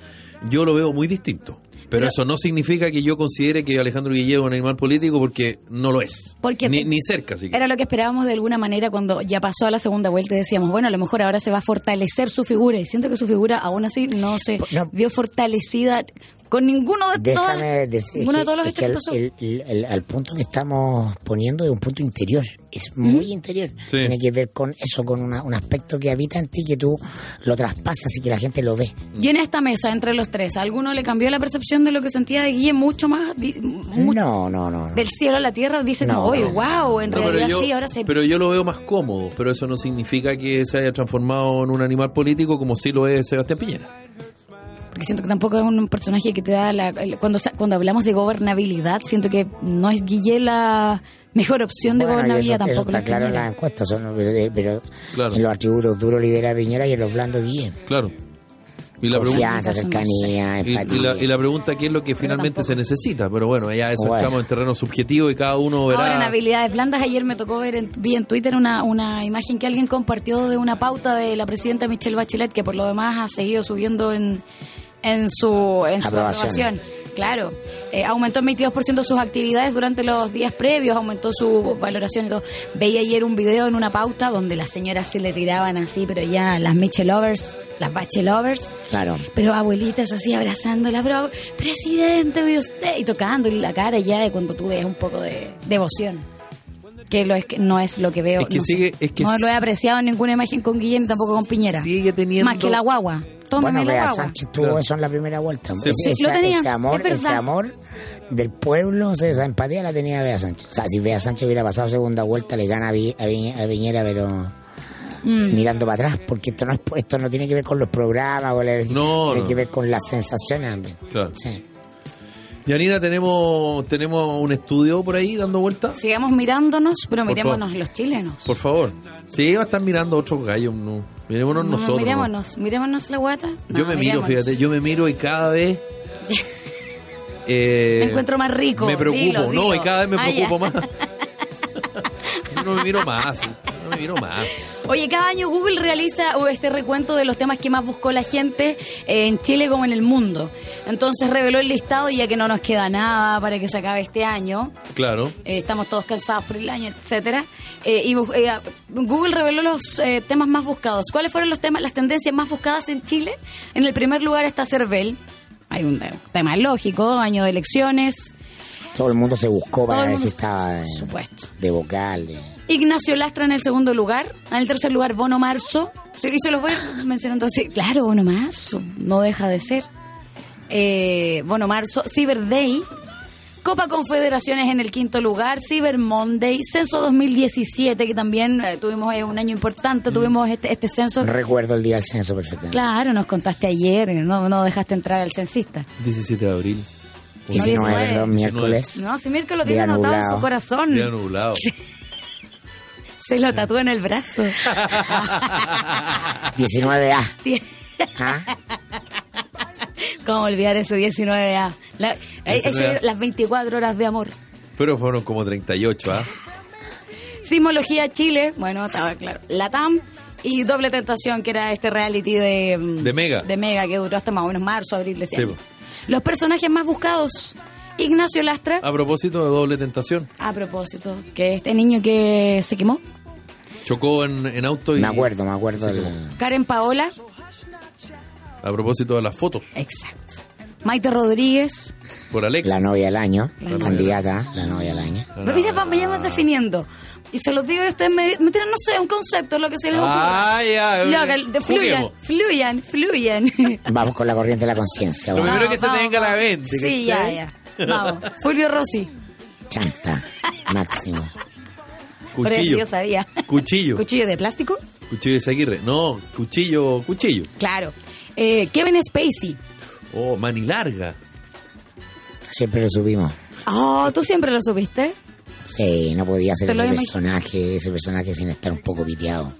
Speaker 1: yo lo veo muy distinto. Pero, eso no significa que yo considere que Alejandro Guillén es un animal político porque no lo es.
Speaker 2: Porque
Speaker 1: ni, ni cerca, así que.
Speaker 2: Era lo que esperábamos de alguna manera cuando ya pasó a la segunda vuelta y decíamos, bueno, a lo mejor ahora se va a fortalecer su figura. Y siento que su figura aún así no se
Speaker 3: No.
Speaker 2: vio fortalecida con ninguno de, todas-
Speaker 3: Déjame decir
Speaker 2: ninguno
Speaker 3: que-
Speaker 2: de todos los
Speaker 3: es
Speaker 2: hechos
Speaker 3: que
Speaker 2: que
Speaker 3: al-
Speaker 2: pasó.
Speaker 3: el- el- el- al punto que estamos poniendo es un punto interior, es muy interior.
Speaker 1: Sí.
Speaker 3: Tiene que ver con eso, con una- un aspecto que habita en ti que tú lo traspasas y que la gente lo ve.
Speaker 2: Y en esta mesa, entre los tres, ¿a alguno le cambió la percepción de lo que sentía de Guille mucho más? Di- mucho-
Speaker 3: No, no, no. no.
Speaker 2: Del cielo a la tierra, dice
Speaker 3: No,
Speaker 2: como, oye,
Speaker 3: no,
Speaker 2: wow, en
Speaker 1: No,
Speaker 2: realidad
Speaker 1: pero, yo,
Speaker 2: sí, ahora se...
Speaker 1: pero yo lo veo más cómodo, pero eso no significa que se haya transformado en un animal político como sí lo es Sebastián Piñera.
Speaker 2: Porque siento que tampoco es un personaje que te da la... el- cuando, sa- cuando hablamos de gobernabilidad, siento que no es Guille la mejor opción de
Speaker 3: Bueno, y
Speaker 2: gobernabilidad,
Speaker 3: eso, eso
Speaker 2: tampoco.
Speaker 3: está
Speaker 2: lo
Speaker 3: claro en
Speaker 2: primero.
Speaker 3: las encuestas, son, pero, eh, pero
Speaker 1: Claro.
Speaker 3: en los atributos duro lidera Piñera y en los blandos Guillén.
Speaker 1: Claro. Y la pregunta
Speaker 3: Confianza, cercanía,
Speaker 1: y,
Speaker 3: empatía.
Speaker 1: y la, y la pregunta qué es lo que finalmente
Speaker 2: tampoco.
Speaker 1: se necesita, pero bueno, ya eso
Speaker 3: Bueno.
Speaker 1: estamos en terreno subjetivo y cada uno verá.
Speaker 2: Ahora en habilidades blandas, ayer me tocó ver, en, vi en Twitter una, una imagen que alguien compartió de una pauta de la presidenta Michelle Bachelet, que por lo demás ha seguido subiendo en, en su, en su
Speaker 3: Aprobación.
Speaker 2: aprobación. Claro, Eh, aumentó en 22% sus actividades durante los días previos, aumentó su valoración y todo. Veía ayer un video en una pauta donde las señoras se le tiraban así, pero ya las Michelovers, las Bachelovers,
Speaker 3: Claro.
Speaker 2: pero abuelitas así abrazándola, pero presidente, ve usted, y tocándole la cara ya de cuando tú ves un poco de devoción. Que lo es que no es lo que veo.
Speaker 1: Es que
Speaker 2: no sé.
Speaker 1: sigue- es que
Speaker 2: No lo he
Speaker 1: s-
Speaker 2: apreciado en ninguna imagen con Guillem, tampoco con Piñera.
Speaker 1: Sigue teniendo-
Speaker 2: Más que la guagua. Tómame
Speaker 3: bueno,
Speaker 2: la
Speaker 3: Bea
Speaker 2: guagua.
Speaker 3: Sánchez tuvo
Speaker 1: Claro.
Speaker 3: eso en la primera vuelta. pues.
Speaker 1: Sí.
Speaker 3: Ese-
Speaker 2: Sí, lo
Speaker 3: esa-
Speaker 2: tenía,
Speaker 3: ese amor,
Speaker 2: es
Speaker 3: ese
Speaker 2: verdad.
Speaker 3: amor del pueblo, o sea, esa empatía la tenía Bea Sánchez. O sea, si Bea Sánchez hubiera pasado segunda vuelta, le gana a, Vi- a Vi- a Viñera, pero
Speaker 2: Mm.
Speaker 3: mirando para atrás, porque esto no es, esto no tiene que ver con los programas, o la-
Speaker 1: No,
Speaker 3: tiene
Speaker 1: no.
Speaker 3: que ver con las sensaciones. hombre.
Speaker 1: Claro.
Speaker 3: Sí.
Speaker 1: Yanina, tenemos, tenemos un estudio por ahí dando vueltas.
Speaker 2: Sigamos mirándonos, pero
Speaker 1: Por
Speaker 2: mirémonos
Speaker 1: favor.
Speaker 2: los chilenos.
Speaker 1: Por favor. Sí, va a estar mirando otros gallos. No. Mirémonos
Speaker 2: No,
Speaker 1: nosotros. ¿no?
Speaker 2: Mm, mirémonos, mirémonos la guata.
Speaker 1: Yo
Speaker 2: No,
Speaker 1: me miro,
Speaker 2: mirémonos.
Speaker 1: fíjate, yo me miro y cada
Speaker 2: <laughs>
Speaker 1: vez... eh,
Speaker 2: Me encuentro más rico.
Speaker 1: Me preocupo,
Speaker 2: dilo,
Speaker 1: no,
Speaker 2: dilo.
Speaker 1: y cada vez me
Speaker 2: Ah, ya. <laughs>
Speaker 1: preocupo más. Yo no me miro más, no me miro más.
Speaker 2: Oye, cada año Google realiza uh, este recuento de los temas que más buscó la gente eh, en Chile como en el mundo. Entonces reveló el listado y ya que no nos queda nada para que se acabe este año,
Speaker 1: Claro.
Speaker 2: eh, estamos todos cansados por el año, etcétera. eh, y bu- eh, Google reveló los eh, temas más buscados. ¿Cuáles fueron los temas, las tendencias más buscadas en Chile? En el primer lugar está Cervel. Hay un eh, tema lógico, año de elecciones,
Speaker 3: Todo el mundo se buscó para
Speaker 2: Todo el
Speaker 3: ver si
Speaker 2: mundo-
Speaker 3: estaba de,
Speaker 2: por supuesto.
Speaker 3: de vocal. de-
Speaker 2: Ignacio Lastra en el segundo lugar. En el tercer lugar, Bono Marzo. Se- Y se los voy mencionando así. Claro, Bono Marzo. No deja de ser. Eh, Bono Marzo. Cyber Day. Copa Confederaciones en el quinto lugar. Cyber Monday. Censo 2017, que también eh, tuvimos eh, un año importante. Tuvimos este, este censo.
Speaker 3: Recuerdo el día del censo perfectamente.
Speaker 2: Claro, nos contaste ayer. No, no dejaste entrar al censista.
Speaker 1: 17 de abril.
Speaker 3: Y si no era
Speaker 2: 19.
Speaker 3: los miércoles.
Speaker 2: No, si Mirko lo
Speaker 3: Día
Speaker 2: tiene anotado en
Speaker 3: nublado.
Speaker 2: su corazón.
Speaker 1: Día
Speaker 2: <laughs>
Speaker 1: nublado.
Speaker 2: Se lo tatúa en el brazo.
Speaker 3: 19A.
Speaker 2: Tiene-
Speaker 3: ¿ah?
Speaker 2: <laughs> ¿Cómo olvidar ese 19A? La- eh, ese-
Speaker 1: 19A.
Speaker 2: las 24 horas de amor.
Speaker 1: Pero fueron como 38, ¿ah?
Speaker 2: Sismología Chile, bueno, estaba claro. La TAM y Doble Tentación, que era este reality de... mm,
Speaker 1: De Mega.
Speaker 2: De Mega, que duró hasta más o menos marzo, abril de este
Speaker 1: Sí,
Speaker 2: año.
Speaker 1: po.
Speaker 2: Los personajes más buscados. Ignacio Lastra,
Speaker 1: A propósito de doble tentación.
Speaker 2: a propósito, que este niño que se quemó.
Speaker 1: Chocó en, en auto y.
Speaker 3: Me acuerdo, me acuerdo. del-
Speaker 2: Karen Paola,
Speaker 1: A propósito de las fotos.
Speaker 2: exacto. Maite Rodríguez.
Speaker 1: Por Alex.
Speaker 3: la novia del año,
Speaker 1: La novia.
Speaker 3: candidata, la novia del año.
Speaker 2: Mira, vamos definiendo. Y se los digo a ustedes, me, me tiran, no sé, un concepto, lo que se les ocurra.
Speaker 1: Ah, ya.
Speaker 2: Loca, de- fluyan,
Speaker 1: Juguemos.
Speaker 2: fluyan, fluyan.
Speaker 3: Vamos con la corriente de la conciencia,
Speaker 1: Lo
Speaker 3: vamos.
Speaker 1: primero que se
Speaker 2: Vamos,
Speaker 1: te venga a la
Speaker 2: vamos.
Speaker 1: mente.
Speaker 2: <laughs> Sí, ya,
Speaker 1: ¿cachai?
Speaker 2: ya. Vamos. Fulvio Rossi.
Speaker 3: chanta, máximo.
Speaker 2: Por eso
Speaker 1: Cuchillo.
Speaker 2: yo sabía.
Speaker 1: Cuchillo.
Speaker 2: ¿Cuchillo de plástico?
Speaker 1: Cuchillo de Seguirre. No, cuchillo, cuchillo.
Speaker 2: Claro. Eh, Kevin Spacey.
Speaker 1: Oh, manilarga.
Speaker 3: Siempre lo subimos.
Speaker 2: Oh, tú siempre lo subiste.
Speaker 3: Sí, no podía ser
Speaker 2: Te lo
Speaker 3: ese
Speaker 2: imag-
Speaker 3: personaje, ese personaje sin estar un poco piteado.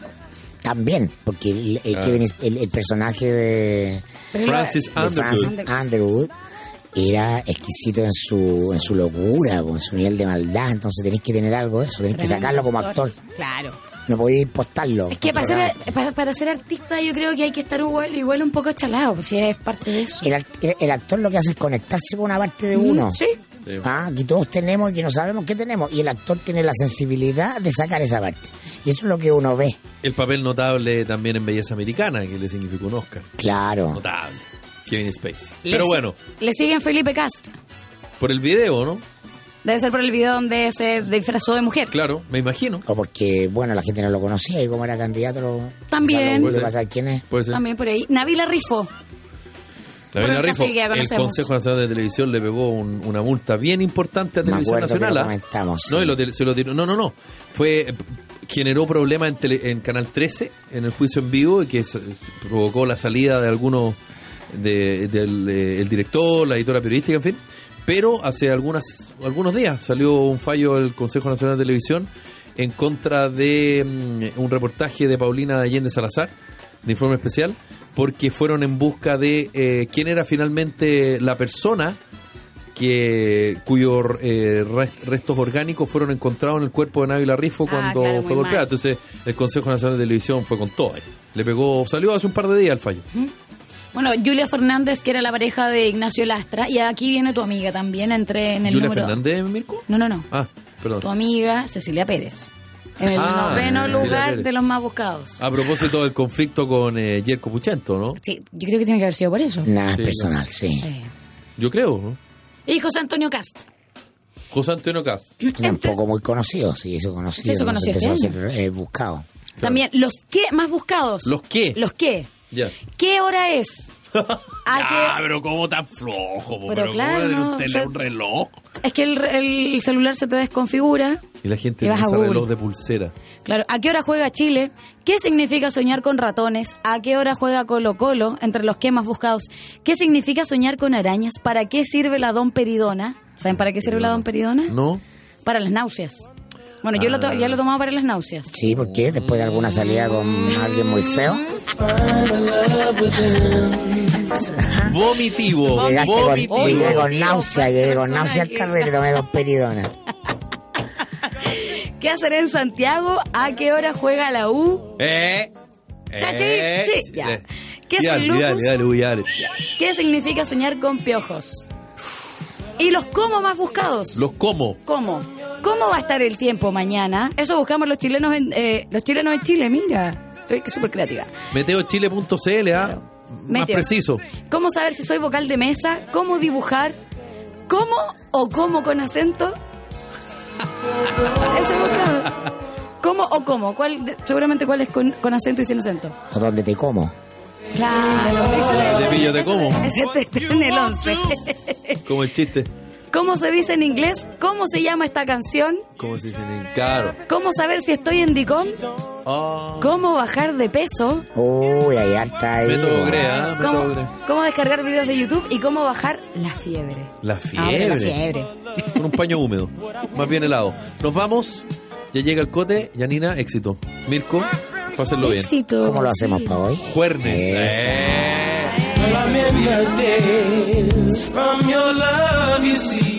Speaker 3: También, porque el, el Kevin es- el- el personaje de,
Speaker 2: Pero
Speaker 1: Francis
Speaker 3: de Francis
Speaker 1: Underwood.
Speaker 2: Underwood.
Speaker 3: Underwood era exquisito en su, en su locura, po, en su nivel de maldad. Entonces tenés que tener algo de eso, tenés que sacarlo como actor.
Speaker 2: Claro.
Speaker 3: No podías impostarlo.
Speaker 2: Es que para ser, para, para ser artista yo creo que hay que estar igual, igual un poco chalado, pues, si es parte de eso. ¿Mm?
Speaker 3: el, act- el- el actor lo que hace es conectarse con una parte de Eh, uno.
Speaker 2: Sí.
Speaker 1: Sí.
Speaker 3: Ah, que todos tenemos y que no sabemos qué tenemos. Y el actor tiene la sensibilidad de sacar esa parte. Y eso es lo que uno ve.
Speaker 1: El papel notable también en Belleza Americana, que le significó un Oscar.
Speaker 3: Claro.
Speaker 1: Notable. Kevin Spacey.
Speaker 2: Le
Speaker 1: Pero
Speaker 2: si-
Speaker 1: bueno,
Speaker 2: Le siguen Felipe Cast.
Speaker 1: por el video, ¿no?
Speaker 2: Debe ser por el video donde se disfrazó de mujer.
Speaker 1: Claro, me imagino.
Speaker 3: O porque, bueno, la gente no lo conocía y como era candidato. Lo,
Speaker 2: También.
Speaker 3: Lo pasa quién es.
Speaker 1: Puede ser.
Speaker 2: También por ahí. Navila Rifo.
Speaker 1: También
Speaker 2: Por el
Speaker 1: Arrifo,
Speaker 2: caso que ya
Speaker 1: el
Speaker 2: conocemos.
Speaker 1: Consejo Nacional de Televisión le pegó un- una multa bien importante a
Speaker 3: Me
Speaker 1: Televisión
Speaker 3: acuerdo que
Speaker 1: Nacional.
Speaker 3: lo
Speaker 1: ¿ah?
Speaker 3: comentamos.
Speaker 1: No, y lo te- se lo tiró- No, no, no. Fue eh, generó problemas en, tele- en Canal 13 en el juicio en vivo y que se- se provocó la salida de algunos de- del eh, el director, la editora periodística, en fin. Pero hace algunas algunos días salió un fallo del Consejo Nacional de Televisión en contra de mm, un reportaje de Paulina Allende Salazar de informe especial porque fueron en busca de eh, quién era finalmente la persona que cuyos eh, rest- restos orgánicos fueron encontrados en el cuerpo de Navila Rifo
Speaker 2: Ah,
Speaker 1: cuando
Speaker 2: claro, muy
Speaker 1: fue golpeada.
Speaker 2: mal.
Speaker 1: Entonces el Consejo Nacional de Televisión fue con todo. ahí. Le pegó, salió hace un par de días el fallo.
Speaker 2: Bueno, Julia Fernández, que era la pareja de Ignacio Lastra, y aquí viene tu amiga también, entre en el
Speaker 1: ¿Julia
Speaker 2: número...
Speaker 1: Fernández, Mirko?
Speaker 2: No, no, no.
Speaker 1: Ah,
Speaker 2: Tu
Speaker 1: perdón.
Speaker 2: amiga Cecilia Pérez. En el
Speaker 1: Ah,
Speaker 2: noveno
Speaker 1: Cecilia
Speaker 2: lugar
Speaker 1: Pérez.
Speaker 2: de los más buscados.
Speaker 1: A propósito del conflicto con eh, Jerko Puchento, ¿no?
Speaker 2: Sí, yo creo que tiene que haber sido por eso.
Speaker 3: Nada
Speaker 1: Sí,
Speaker 3: personal, sí.
Speaker 2: Eh.
Speaker 1: Yo creo, ¿no?
Speaker 2: Y José Antonio Cast. <clears throat>
Speaker 1: José Antonio Cas.
Speaker 3: Tampoco muy conocido, sí, eso conocido.
Speaker 2: Sí, eso
Speaker 3: cuando se
Speaker 2: conocido
Speaker 3: empezó a
Speaker 2: este
Speaker 3: ser eh, buscado.
Speaker 2: También, los que más buscados.
Speaker 1: ¿Los qué?
Speaker 2: Los que.
Speaker 1: Ya.
Speaker 2: ¿Qué hora
Speaker 1: <laughs>
Speaker 2: es?
Speaker 1: Ah,
Speaker 2: ¿A qué-
Speaker 1: pero cómo tan flojo, po,
Speaker 2: Pero
Speaker 1: pero,
Speaker 2: claro,
Speaker 1: cómo de un,
Speaker 2: no,
Speaker 1: tele-
Speaker 2: yo-
Speaker 1: un reloj.
Speaker 2: Es que el, el celular se te desconfigura.
Speaker 1: Y la gente
Speaker 2: Y vas a
Speaker 1: usa
Speaker 2: Google.
Speaker 1: reloj de pulsera.
Speaker 2: Claro, ¿a qué hora juega Chile? ¿Qué significa soñar con ratones? ¿A qué hora juega Colo Colo? Entre los que más buscados. ¿Qué significa soñar con arañas? ¿Para qué sirve la don Peridona? ¿Saben para qué sirve la don Peridona?
Speaker 1: ¿No?
Speaker 2: Para las náuseas. Bueno, yo lo to- ya lo tomaba para las náuseas.
Speaker 3: Sí, porque después de alguna salida con alguien muy feo,
Speaker 2: Mm. Ah.
Speaker 1: Vomitivo.
Speaker 3: llegaste con,
Speaker 1: Vomitivo.
Speaker 3: llegué con náusea, llegué con náusea al carril y tomé dos peridonas.
Speaker 2: ¿Qué hacer en Santiago? ¿A qué hora juega la U?
Speaker 1: ¿Eh?
Speaker 2: Ah, sí, sí, ya. ¿Qué es
Speaker 1: Dale,
Speaker 2: el lupus?
Speaker 1: dale, dale, uy, dale.
Speaker 2: ¿Qué significa soñar con piojos? Y los como más buscados.
Speaker 1: Los como.
Speaker 2: ¿Cómo? ¿Cómo va a estar el tiempo mañana? Eso buscamos los chilenos en, eh, los chilenos en Chile, mira. Estoy súper creativa.
Speaker 1: Meteochile.cl, ¿ah? Más
Speaker 2: Meteor. <laughs>
Speaker 1: preciso.
Speaker 2: ¿Cómo saber si soy vocal de mesa? ¿Cómo dibujar? ¿Cómo o cómo con <laughs> acento? Eso buscamos. ¿Cómo o cómo? ¿Cuál, de- seguramente cuál es con, con acento y sin acento.
Speaker 3: ¿O dónde te como?
Speaker 2: Claro, ese
Speaker 1: Te pillo, te
Speaker 2: ese-
Speaker 1: como.
Speaker 2: ese está en el 11.
Speaker 1: Como el chiste.
Speaker 2: ¿Cómo se dice en inglés? ¿Cómo se llama esta canción?
Speaker 1: Como se dice en Claro.
Speaker 2: ¿Cómo saber si estoy en Dicom?
Speaker 1: Ah,
Speaker 2: ¿Cómo bajar de peso?
Speaker 3: Uy, hay harta ahí.
Speaker 1: método
Speaker 3: po.
Speaker 1: Gre, ¿ah? Método
Speaker 2: ¿Cómo,
Speaker 1: Gre.
Speaker 2: cómo descargar videos de YouTube y cómo bajar la fiebre?
Speaker 1: La
Speaker 2: Ahora
Speaker 1: fiebre.
Speaker 2: Ah, la fiebre.
Speaker 1: Con un paño húmedo. Más bien helado. Nos vamos. Ya llega el cote. Yanina, éxito. Mirko, pásenlo bien.
Speaker 2: Éxito.
Speaker 3: ¿Cómo lo hacemos para hoy?
Speaker 1: Juernes.
Speaker 3: Eso.
Speaker 1: Eh.
Speaker 4: Well, I'm in the days from your love, you see.